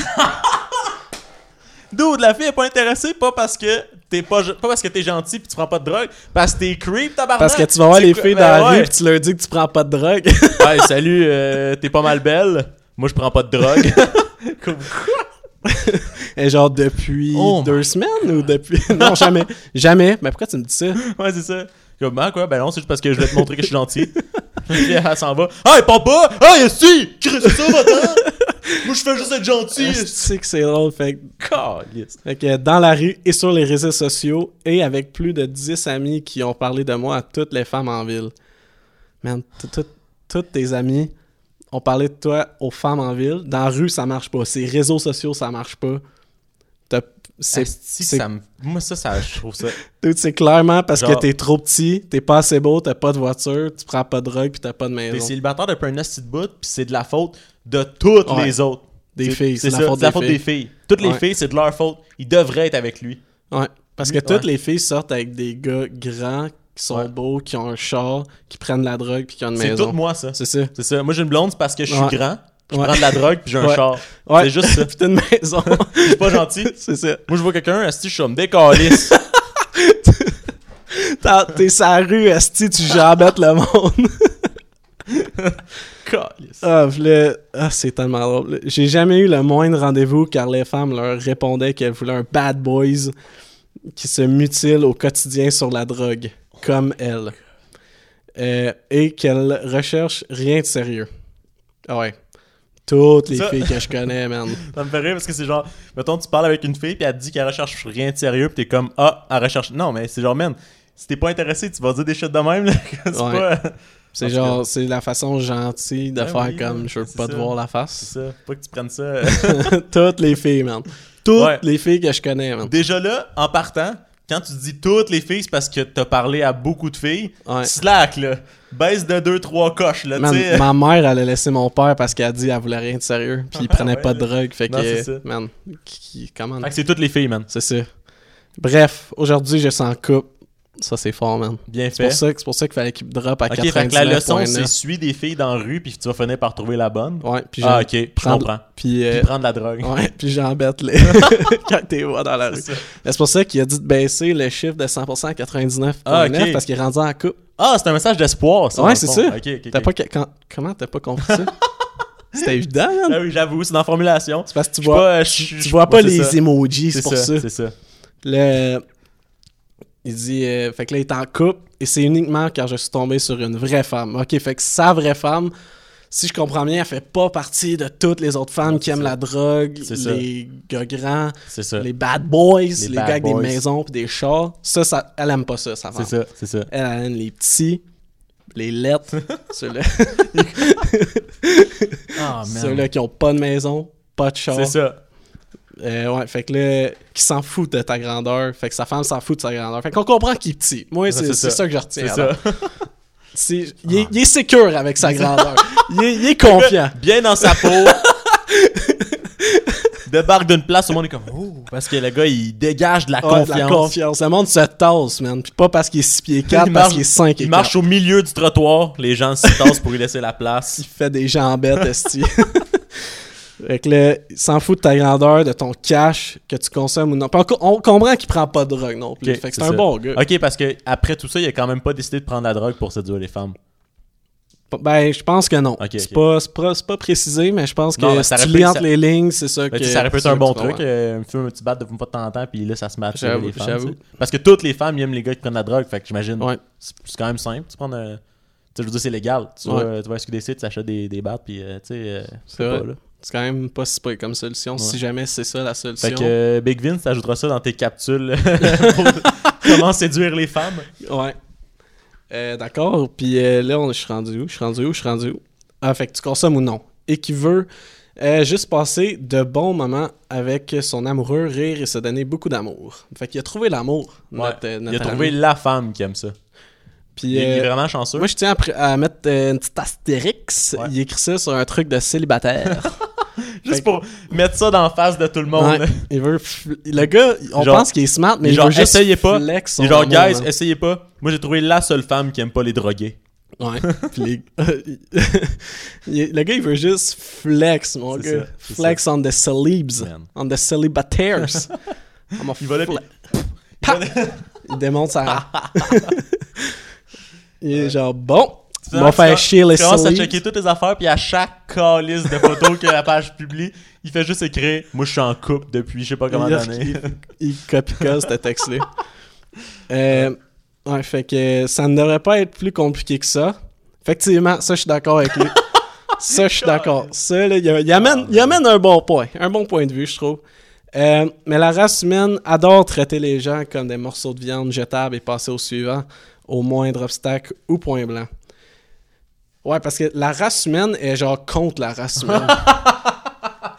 Dude, la fille est pas intéressée, pas parce que t'es pas, ge- pas parce que t'es gentil puis tu prends pas de drogue, parce que t'es creep, tabarnak.
Parce que tu vas voir
C'est
les
quoi-
filles dans
Ben
la
ouais.
rue pis tu leur dis que tu prends pas de drogue.
Ouais, salut, euh, t'es pas mal belle. Moi, je prends pas de drogue. Comme-
Et genre depuis
Oh my
deux semaines ou depuis. non, jamais. Jamais. Mais pourquoi tu me dis ça?
ouais, c'est ça. Comme, ah, quoi? Ben non, c'est juste parce que je voulais te montrer que je suis gentil. Puis elle s'en va. Hey, papa! Hey, si! Chris, c'est ça, va-t'en! Moi, je fais juste être gentil!
Tu sais que c'est drôle. Fait, que-
Calisse.
fait que dans la rue et sur les réseaux sociaux et avec plus de 10 amis qui ont parlé de moi à toutes les femmes en ville. Man, tout- tout- toutes tes amis ont parlé de toi aux femmes en ville. Dans la rue, ça marche pas. Ces réseaux sociaux, ça marche pas. T'as- C'est
Asti,
c'est-
ça me- Moi, ça, ça, je trouve ça.
Dude, c'est clairement parce
Genre-
que t'es trop petit, t'es pas assez beau, t'as pas de voiture, tu prends pas de drogue puis t'as pas de
T'es
maison.
célibataire depuis un asti de bout, puis c'est de la faute de toutes
Ouais.
les autres.
Des
C'est-
filles,
c'est ça, c'est la faute des filles. Toutes les
Ouais.
filles, c'est de leur faute. Ils devraient être avec lui.
Ouais, parce que
Ouais.
toutes les filles sortent avec des gars grands qui sont
Ouais.
beaux, qui ont un char, qui prennent de la drogue puis qui ont une
C'est tout
maison.
moi, ça.
C'est ça.
C'est ça. Moi, j'ai une blonde, c'est parce que je suis
Ouais.
grand, je
Ouais.
prends de la drogue, puis j'ai un
Ouais.
char.
Ouais.
C'est juste ça.
Puis t'as une maison.
Je suis pas gentil.
c'est ça.
Moi, je vois quelqu'un, asti, je suis me décalisse.
T'as- T'es sa rue, esti, tu jambettes le monde.
Calisse.
Ah, puis là- ah, c'est tellement drôle. J'ai jamais eu le moindre rendez-vous car les femmes leur répondaient qu'elles voulaient un bad boys qui se mutile au quotidien sur la drogue, comme elles. Euh, et qu'elles recherchent rien de sérieux. Ah ouais. Toutes les
Ça-
filles que je connais, man.
Ça me fait rire parce que c'est genre, mettons, tu parles avec une fille, puis elle te dit qu'elle recherche rien de sérieux, puis t'es comme, ah, elle recherche. Non, mais c'est genre, man, si t'es pas intéressé, tu vas dire des shit de même, là. que c'est
Ouais.
pas.
C'est
En tout
genre, c'est la façon gentille de
Ben
faire
oui,
comme
man,
je veux
c'est
pas te
ça.
voir la
C'est
face.
ça. Pas que tu prennes ça.
Toutes les filles, man. Toutes
Ouais.
les filles que je connais, man.
Déjà là, en partant, quand tu dis toutes les filles, c'est parce que t'as parlé à beaucoup de filles.
Ouais.
Slack, là. Baisse de 2-3 coches, là, tu
Man,
sais.
ma mère, elle a laissé mon père parce qu'elle a dit qu'elle voulait rien de sérieux. Puis il
Ah,
prenait
ouais,
pas de
là.
drogue. Fait
Non, c'est ça.
que, man, qui, comment.
Fait que c'est toutes les filles, man.
C'est ça. Bref, aujourd'hui, je suis en couple. Ça, c'est fort, man.
Bien
C'est
fait.
pour ça, c'est pour ça qu'il fallait qu'il drop à
Ok,
99.9.
fait que la leçon, c'est suis des filles dans la rue, puis tu vas finir par trouver la bonne.
Ouais, puis
ah,
j'en-
ok, je
prends-
comprends.
Puis, euh,
Puis prendre de la drogue.
ouais, puis j'embête les... quand t'es vois dans la rue.
C'est ça.
Mais C'est pour ça qu'il a dit de baisser le chiffre de 100% à 99.9
Ah, ok.
parce qu'il est rendu en couple.
Ah, c'est un message d'espoir, ça.
Ouais,
dans le
c'est
fond.
ça.
Ok, ok,
T'as
ok.
pas... que- quand- Comment t'as pas compris ça? C'était évident, man.
Ah oui, j'avoue, c'est dans la formulation.
C'est parce que tu
Je
vois...
vois, je,
Tu vois pas les
images,
emojis,
c'est
c'est pour ça.
C'est ça.
Le... Il dit, euh, fait que là, il est en couple et c'est uniquement quand je suis tombé sur une vraie femme. Ok, fait que sa vraie femme, si je comprends bien, elle fait pas partie de toutes les autres femmes qui aiment la drogue,
C'est ça.
les gars grands,
C'est ça.
les bad boys, les,
bad
gars avec
boys.
des maisons pis des chars. Ça, ça, elle aime pas ça, sa
C'est
femme.
ça, c'est ça.
Elle, elle aime les petits, les lettres, ceux-là
Ah,
ceux-là qui ont pas de maison, pas de char.
C'est ça.
Euh, ouais, fait que là, qui s'en fout de ta grandeur. Fait que sa femme s'en fout de sa grandeur. Fait qu'on comprend qu'il est petit. Moi,
Ça,
c'est
c'est
c'est ça.
ça.
que je
C'est
retiens.
ça. Ah.
alors. C'est- il, est, il est secure avec sa grandeur. il, est, il est confiant.
Bien dans sa peau. Débarque d'une place, tout le monde est comme Oh! Parce que le gars, il dégage de la
Ouais, de
confiance.
La confiance. Le monde se tasse, man. Puis pas parce qu'il est 6 pieds 4,
Il
parce
marche-
qu'il est 5 et
Il marche
quatre.
au milieu du trottoir, les gens se tassent pour lui laisser la place.
Il fait des jambettes, esti. fait que là, il s'en fout de ta grandeur, de ton cash, que tu consommes ou non. Puis on, co- on comprend qu'il prend pas de drogue non plus.
Ok,
fait que
c'est
c'est un
ça.
bon gars.
Ok, parce que après tout ça, il a quand même pas décidé de prendre la drogue pour séduire les femmes.
Ben, je pense que non.
Ok,
c'est
ok.
pas, c'est pas, c'est pas précisé, mais je pense que
Non, mais ça
si tu
répète-
lis entre
ça-
les lignes, c'est ça
Mais
que.
tu sais, ça répète
c'est
un
que
bon
tu vas
truc,
voir.
euh, un film, tu battes de pas de temps en temps, puis là, ça se matche
J'avoue,
les femmes.
j'avoue.
tu sais. Parce que toutes les femmes ils aiment les gars qui prennent la drogue, fait que j'imagine.
Ouais.
C'est c'est quand même simple, tu prends un. sais, je veux dire, c'est légal. Tu,
Ouais.
vas, tu vas à SQDC, tu achètes des, des battes, puis euh, tu sais, euh,
C'est
fais pas,
vrai.
là.
C'est quand même pas si pire comme solution, si
Ouais.
jamais c'est ça la solution.
Fait que euh, Big Vince, t'ajouteras ça dans tes capsules pour comment séduire les femmes.
Ouais. Euh, D'accord. Puis euh, là, on, je suis rendu où? Je suis rendu où? Je suis rendu où? Ah, fait que tu consommes ou non. Et qui veut euh, juste passer de bons moments avec son amoureux, rire et se donner beaucoup d'amour. Fait qu'il a trouvé l'amour, notre, euh,
Il a
notre
trouvé
ami.
la femme qui aime ça. Il,
Puis,
il est
euh,
vraiment chanceux.
moi, je tiens à, pr- à mettre euh, une petite astérix.
Ouais.
Il écrit ça sur un truc de célibataire.
Juste
fait que-
pour mettre ça dans la face de tout le monde.
Ouais. il veut... fl- Le gars, on
euh, Genre-
pense qu'il est smart, mais
il
il
genre,
veut juste
essayez pas.
flex son
C'est genre,
amour,
guys,
hein.
essayez pas. Moi, j'ai trouvé la seule femme qui aime pas les drogués.
Ouais. Puis les- Il- le gars, il veut juste flex, mon
C'est
gars.
ça, c'est
flex on the celebs.
Man.
On the celibataires. I'm a
Il va là,
fle-
puis-
Pa! Il démonte sa. il est genre, bon, on va faire chier les
Tu commences à
celebs.
checker toutes tes affaires, puis à chaque calice de photos que la page publie, il fait juste écrire Moi, je suis en couple depuis je sais pas combien
Il-
d'années.
Il, il copie-colle ce texte-là. Euh, ouais, fait que ça ne devrait pas être plus compliqué que ça. Effectivement, ça, je suis d'accord avec lui. ça, je suis d'accord. Ça, là, il, il amène, il amène un bon point. Un bon point de vue, je trouve. Euh, mais la race humaine adore traiter les gens comme des morceaux de viande jetables et passer au suivant, au moindre obstacle ou point blanc. Ouais, parce que la race humaine est genre contre la race humaine.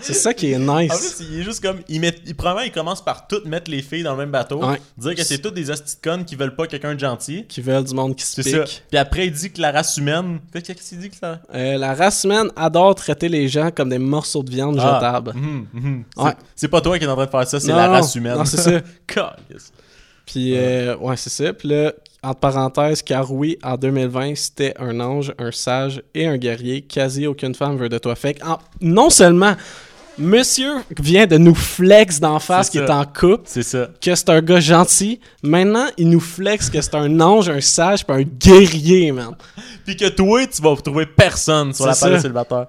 C'est ça qui est nice.
En plus, il est juste comme. Il met, il, probablement, il commence par toutes mettre les filles dans le même bateau.
Ouais.
Dire que c'est toutes des asticones qui veulent pas quelqu'un de gentil.
qui veulent du monde qui se
C'est ça.
pique.
Puis après, il dit que la race humaine. Qu'est-ce qu'il dit que ça.
Euh, la race humaine adore traiter les gens comme des morceaux de viande
Ah,
jetables.
mhm, mhm. C'est-
Ouais.
C'est pas toi qui est en train de faire ça, c'est
Non,
la
non,
race humaine.
non, c'est ça.
Calice.
Puis, euh, ouais, c'est ça. Puis là, entre parenthèses, car oui, en 2020, c'était un ange, un sage et un guerrier. Quasi aucune femme veut de toi. Fait que, en- non seulement monsieur vient de nous flex d'en face
C'est
qui est
ça.
en couple,
C'est ça.
que c'est un gars gentil, maintenant, il nous flex que c'est un ange, un sage puis un guerrier, man.
Puis que toi, tu vas trouver personne sur la
C'est
page de
ça.
célibataire.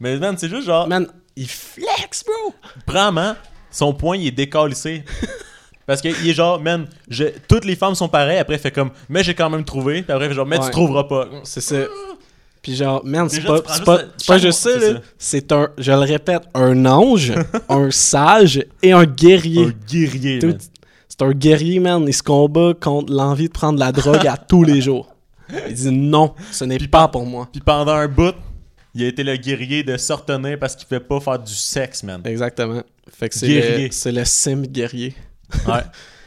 Mais man, c'est juste genre,
Man, il flex, bro!
vraiment, son point, il est décalissé. Parce qu'il est genre, man, je- toutes les femmes sont pareilles. Après, il fait comme, mais j'ai quand même trouvé. Puis après, il fait genre, mais
Ouais.
tu trouveras pas.
C'est ça. Puis genre, man, c'est
Ah! Déjà,
pas,
tu prends juste
c'est pas,
le-
c'est pas
chaque
juste
mois,
ça,
c'est
là.
ça.
C'est un, je le répète, un ange, un sage et un guerrier.
Un guerrier.
Tout-
man.
C'est un guerrier, man. Il se combat contre l'envie de prendre la drogue à tous les jours. Il dit non, ce n'est
Puis
pas pour moi.
Puis pendant un bout, il a été le guerrier de Sortenay parce qu'il fait pas faire du sexe, man.
Exactement. Fait que c'est
Guerrier.
le, c'est le sim guerrier.
Ouais.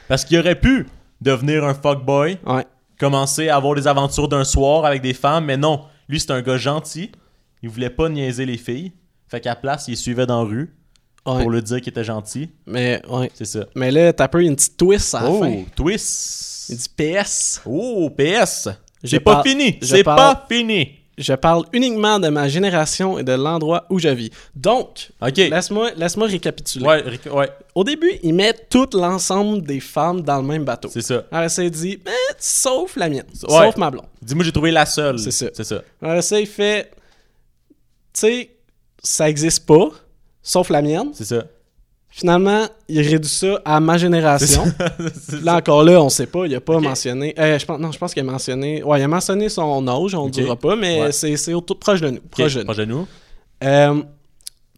Parce qu'il aurait pu devenir un fuckboy,
Ouais.
commencer à avoir des aventures d'un soir avec des femmes, mais non. Lui, c'est un gars gentil. Il voulait pas niaiser les filles. Fait qu'à place, il les suivait dans la rue
ouais.
pour lui dire qu'il était gentil.
Mais, ouais.
C'est ça.
Mais là, t'as peu une petite twist à la
oh,
fin.
twist.
Il dit PS,
Oh, PS.
Je
C'est pas
par-
fini.
je
C'est
parle-
pas fini.
je parle uniquement de ma génération et de l'endroit où je vis. Donc,
Ok.
laisse-moi laisse récapituler.
Ouais, Rick- ouais,
Au début, ils mettent tout l'ensemble des femmes dans le même bateau.
c'est ça.
RSA dit, ben, sauf la mienne,
Ouais.
sauf ma blonde.
Dis-moi, j'ai trouvé la seule.
C'est ça.
C'est ça.
RSA, il fait, tu sais, ça existe pas, sauf la mienne.
C'est ça.
Finalement, il réduit ça à ma
C'est
génération.
ça. C'est
Là encore là, on sait pas, il a pas
Ok.
mentionné. euh, je pense, non, je pense qu'il a mentionné. Ouais, il a mentionné son âge, on
Ok.
le dira pas, mais
Ouais.
c'est c'est au- tout proche de nous.
Ok,
Proche de nous.
Proche de nous.
Euh,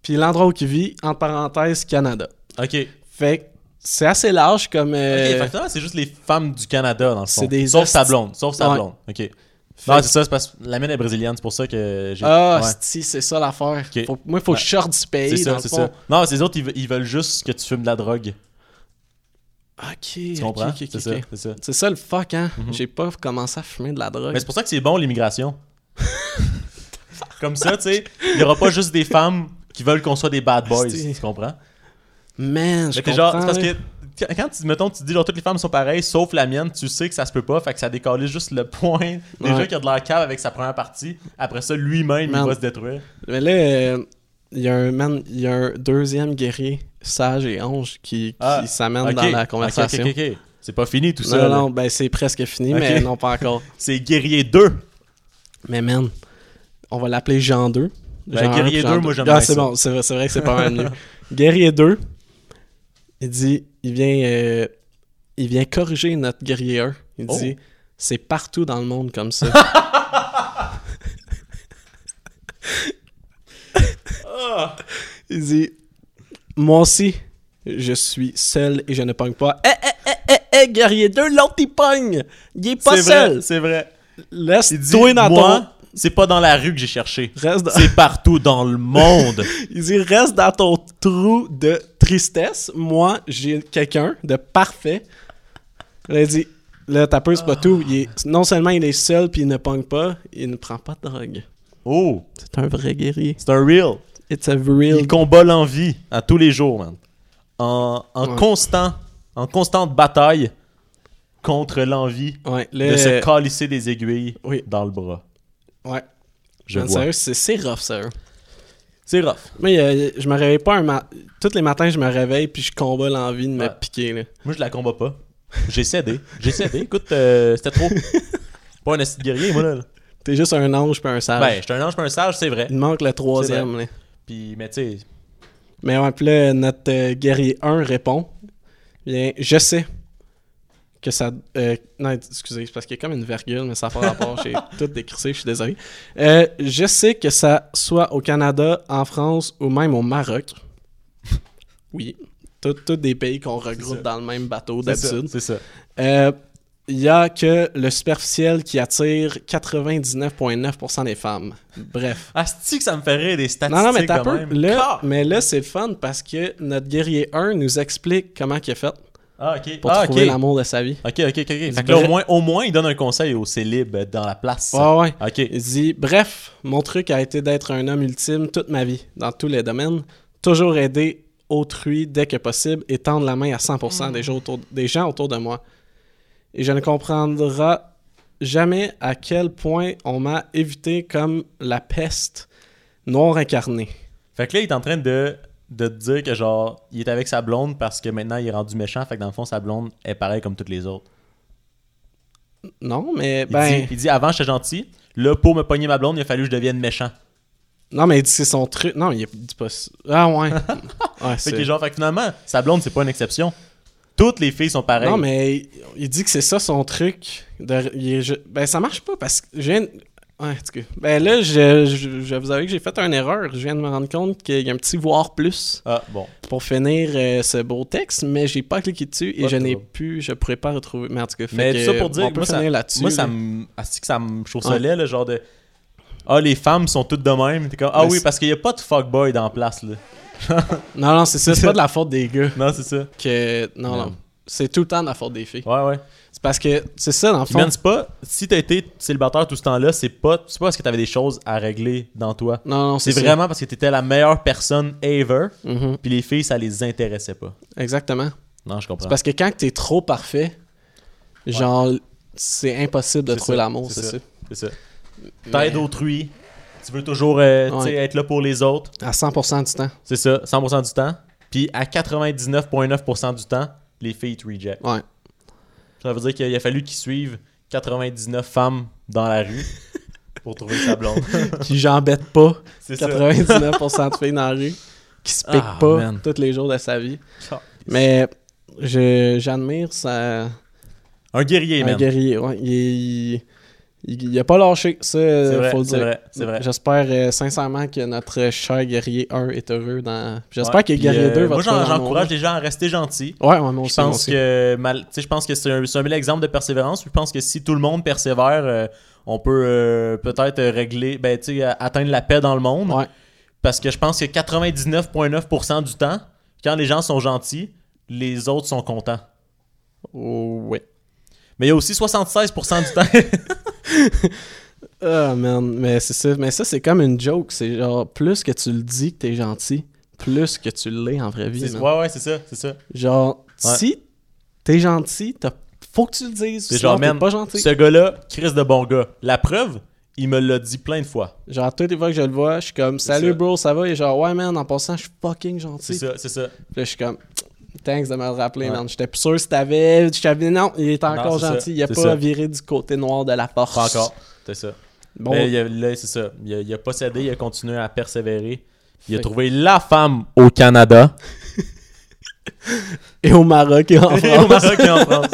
Puis l'endroit où il vit, entre parenthèses, Canada.
Ok.
Euh, Fait que c'est assez large comme.
Ok,
euh,
fait que finalement, c'est juste les femmes du Canada, dans le fond.
C'est des
Sauf sa
hosties.
blonde. Sauf sa
Ouais.
blonde. Ok.
fait
Non,
que-
c'est ça, c'est parce que la mienne est brésilienne, c'est pour ça que j'ai.
Ah,
Ouais.
si, c'est ça l'affaire.
Ok.
Faut- Moi, il faut que je sorte du pays.
c'est
dans
ça,
le
c'est
fond.
ça. Non, ces autres, ils, ve- ils veulent juste que tu fumes de la drogue.
Ah, Ok.
Tu comprends? c'est ça, c'est ça.
C'est ça le fuck, hein? J'ai pas commencé à fumer de la drogue.
Mais c'est pour ça que c'est bon l'immigration. Comme ça, tu sais, il y aura pas juste des femmes qui veulent qu'on soit des bad boys,
Asti.
tu comprends?
Man, je
Mais t'es
comprends.
genre, c'est parce
là.
que quand- quand tu, mettons, tu te dis genre toutes les femmes sont pareilles sauf la mienne, tu sais que ça se peut pas, fait que ça décalise juste le point déjà
Ouais.
qu'il y a de la cave avec sa première partie. Après ça, lui-même, il
Man.
va se détruire.
Mais là, euh, il y a un man, il y a un deuxième guerrier, sage et ange, qui, qui
Ah,
s'amène
Ok,
dans la
ok,
conversation.
ok, ok, ok. C'est pas fini tout ça.
Non,
là.
non, ben c'est presque fini,
Ok.
mais non, pas encore.
C'est Guerrier 2.
Mais man, on va l'appeler Jean 2.
Ben, Guerrier 2, moi, j'aime
Ah,
bien
c'est
ça.
bon, c'est vrai, c'est vrai que c'est pas mal mieux. Guerrier 2, il dit, il vient, euh, il vient corriger notre Guerrier 1. Il
Oh.
dit, c'est partout dans le monde comme ça. Il dit Moi aussi, je suis seul et je ne pogne pas. Eh, eh, eh, eh, eh, guerrier 2, l'autre il pogne Il est pas
C'est vrai,
seul
c'est vrai. Il dit,
Laisse-toi dans ton.
moi, c'est pas dans la rue que j'ai cherché.
Reste dans-
C'est partout dans le monde.
Il dit Reste dans ton trou de tristesse. Moi, j'ai quelqu'un de parfait. Là, il dit Là, t'as peur, c'est pas tout. Il est- Non seulement il est seul puis il ne pogne pas, il ne prend pas de drogue.
Oh,
C'est un vrai guerrier.
c'est un real.
It's a real
Il combat l'envie à tous les jours, man. En, en
Ouais.
constant, en constante bataille contre l'envie
Ouais,
de
là,
se calisser des aiguilles
oui.
dans le bras.
ouais.
Je
Man,
vois.
sérieux, c'est c'est rough, sérieux.
C'est rough.
Mais euh, je me réveille pas un matin. Tous les matins, je me réveille puis je combats l'envie de me
Ouais.
piquer. Là.
Moi, je la combats pas. J'ai cédé. J'ai cédé. Écoute, euh, c'était trop. Pas un acide guerrier, moi, là.
T'es juste un ange puis un sage.
Ben, j'étais un ange, pas un sage, c'est vrai.
Il manque le troisième. là.
Puis, mais tu sais,
Mais ouais, puis là, notre euh, guerrier 1 répond Bien, je sais que ça. euh, non, excusez, c'est parce qu'il y a comme une vergule, mais ça n'a pas rapport. J'ai tout décrissé, je suis désolé. Euh, je sais que ça soit au Canada, en France ou même au Maroc. Oui. Tous tous des pays qu'on
ça.
regroupe dans le même bateau
c'est ça,
d'habitude.
c'est ça.
Euh, Il y a que le superficiel qui attire 99,9% des femmes. Bref.
Asti que ça me fait rire des statistiques
Non, non, mais t'as
de
peu.
même.
Là,
Car-
mais là, c'est le fun parce que notre guerrier 1 nous explique comment il a fait
Ah, ok.
pour
ah, ok.
trouver l'amour de sa vie.
Ok, ok, ok. ok. Fait
C'est
que là, au
vrai. Ah.
moins, au moins, il donne un conseil aux célibes dans la place.
Ouais, ouais.
Ok.
Il dit Bref, mon truc a été d'être un homme ultime toute ma vie, dans tous les domaines, toujours aider autrui dès que possible et tendre la main à 100% des, gens autour, des gens autour de moi. Et je ne comprendrai jamais à quel point on m'a évité comme la peste noire incarnée.
Fait que là, il est en train de, de te dire que genre, il est avec sa blonde parce que maintenant, il est rendu méchant. Fait que dans le fond, sa blonde est pareille comme toutes les autres.
Non, mais
Il,
ben.
dit, il dit, avant, j'étais gentil. Là, pour me pogner ma blonde, il a fallu que je devienne méchant.
Non, mais il dit c'est son truc. Non, il dit pas ça. Ah ouais. ouais
Fait
c'est-
que genre, fait que finalement, sa blonde, c'est pas une exception. Toutes les filles sont pareilles.
non, mais il- il dit que c'est ça son truc. de- il est ju- Ben, ça marche pas parce que je viens. de- Ouais, en tout cas. Ben là, je, je, je vous avais que j'ai fait une erreur. Je viens de me rendre compte qu'il y a un petit voir plus
Ah, bon.
pour finir euh, ce beau texte, mais j'ai pas cliqué dessus et
Pas
je
de
n'ai
trouble.
plus. Je pourrais pas retrouver. Mais en tout cas, fait
Mais tout ça
que,
pour dire,
on peut
moi, ça-
finir là-dessus.
Moi, ça
là.
me. Asti que ça me chaussolait, le genre de. Ah, les femmes sont toutes de même. T'es comme, ah
Mais
oui,
c'est-
parce qu'il y a pas de fuckboy dans la place, là.
Non, non, c'est ça. C'est pas de la faute des gars.
Non, c'est ça.
Que... Non, non.
Non.
C'est tout le temps de la faute des filles.
Ouais, ouais.
C'est parce que c'est ça, dans le
Puis,
fond.
man, c'est pas. Si t'as été célibataire tout ce temps-là, c'est pas. C'est pas parce que t'avais des choses à régler dans toi.
Non, non,
C'est
c'est ça.
vraiment parce que t'étais la meilleure personne ever.
Mhm.
Puis les filles, ça les intéressait pas.
Exactement.
Non, je comprends.
C'est parce que quand t'es trop parfait, genre, c'est impossible de
C'est
trouver
ça,
l'amour,
c'est
c'est ça.
C'est ça.
Mais
T'aides autrui. Tu veux toujours euh, tu sais,
Ouais.
être là pour les autres.
À 100% du temps.
C'est ça, 100% du temps. Puis à 99,9% du temps, les filles te reject.
Ouais.
Ça veut dire qu'il a fallu qu'ils suivent 99 femmes dans la rue pour trouver sa blonde.
Qui j'embête pas
C'est ça.
99% de filles dans la rue. Qui se pique
Ah,
pas
man.
tous les jours de sa vie. Mais je- j'admire sa.
Un guerrier,
un
man.
guerrier, ouais. Il, est- il, il a pas lâché, ça, euh,
C'est vrai,
faut le
c'est
dire.
vrai, c'est vrai.
J'espère euh, sincèrement que notre cher guerrier 1 est heureux dans. puis J'espère
Ouais.
que
Puis,
guerrier
euh,
2 va
Moi,
trouver
j'en-
l'amour.
j'encourage les gens à rester gentils.
Ouais, ouais, moi aussi,
Je
moi
pense
aussi.
que, mal- tu sais, je pense que c'est un, c'est un bel exemple de persévérance. Puis Je pense que si tout le monde persévère, euh, on peut euh, peut-être régler, ben, tu sais, atteindre la paix dans le monde.
Ouais.
Parce que je pense que 99,9% du temps, quand les gens sont gentils, les autres sont contents.
Oh, ouais.
Mais il y a aussi 76% du temps.
Ah, man, mais c'est ça. Mais ça, c'est comme une joke. C'est genre, plus que tu le dis que t'es gentil, plus que tu l'es en vraie vie.
C'est-
man.
ouais, ouais, c'est ça, c'est ça.
Genre,
Ouais.
si t'es gentil, t'as- faut que tu le dises.
C'est
C'est
genre,
genre,
man,
t'es pas gentil.
ce gars-là, Chris de bon gars. La preuve, il me l'a dit plein de fois.
Genre, toutes les fois que je le vois, je suis comme, salut
ça.
bro, ça va? Et genre, ouais, man, en passant, je suis fucking
C'est
gentil.
ça, c'est ça.
Puis là, je suis comme, thanks de me le rappeler,
Ouais.
man. J'étais plus sûr si t'avais. Je t'avais- Non, il est encore
c'est ça,
gentil. Il a
c'est
pas
ça.
viré du côté noir de la force.
Pas encore. C'est ça.
Bon,
Mais il a- là, c'est ça. Il a, il a pas cédé, il a continué à persévérer. Il a
Fait-
trouvé la femme au Canada.
et au Maroc et en
au
France.
Maroc et en France.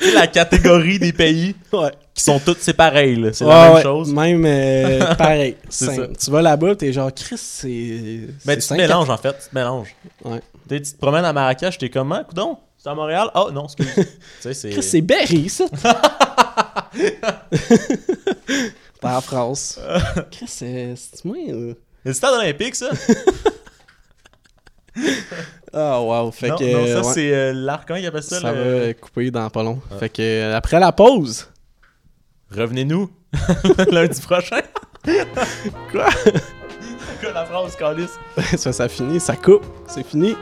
C'est la catégorie des pays
ouais.
qui sont toutes c'est pareil, là. C'est
Ouais,
la même
ouais,
chose.
Même euh, pareil.
C'est
Simple.
ça.
Tu vas là-bas, t'es genre Chris, c'est.
Mais
c'est
tu te
cinq
mélanges, en fait. Tu te mélanges.
ans. Ouais.
Tu sais, tu te promènes à Marrakech, t'es comment, coudon? C'est à Montréal? Ah, non, excuse. tu sais, c'est...
Chris, c'est Berry, ça. Pas en France. Chris, c'est. C'est moi. euh.
C'est le stade olympique, ça?
Ah, wow. Fait
non,
que.
non, ça,
ouais,
c'est euh, l'arc, comment il appelle ça?
ça
le- Ah.
va couper dans pas long. Fait que euh, après la pause.
Revenez-nous lundi prochain.
Quoi?
Quoi, la France, Calis?
ça, ça finit, ça coupe. C'est fini.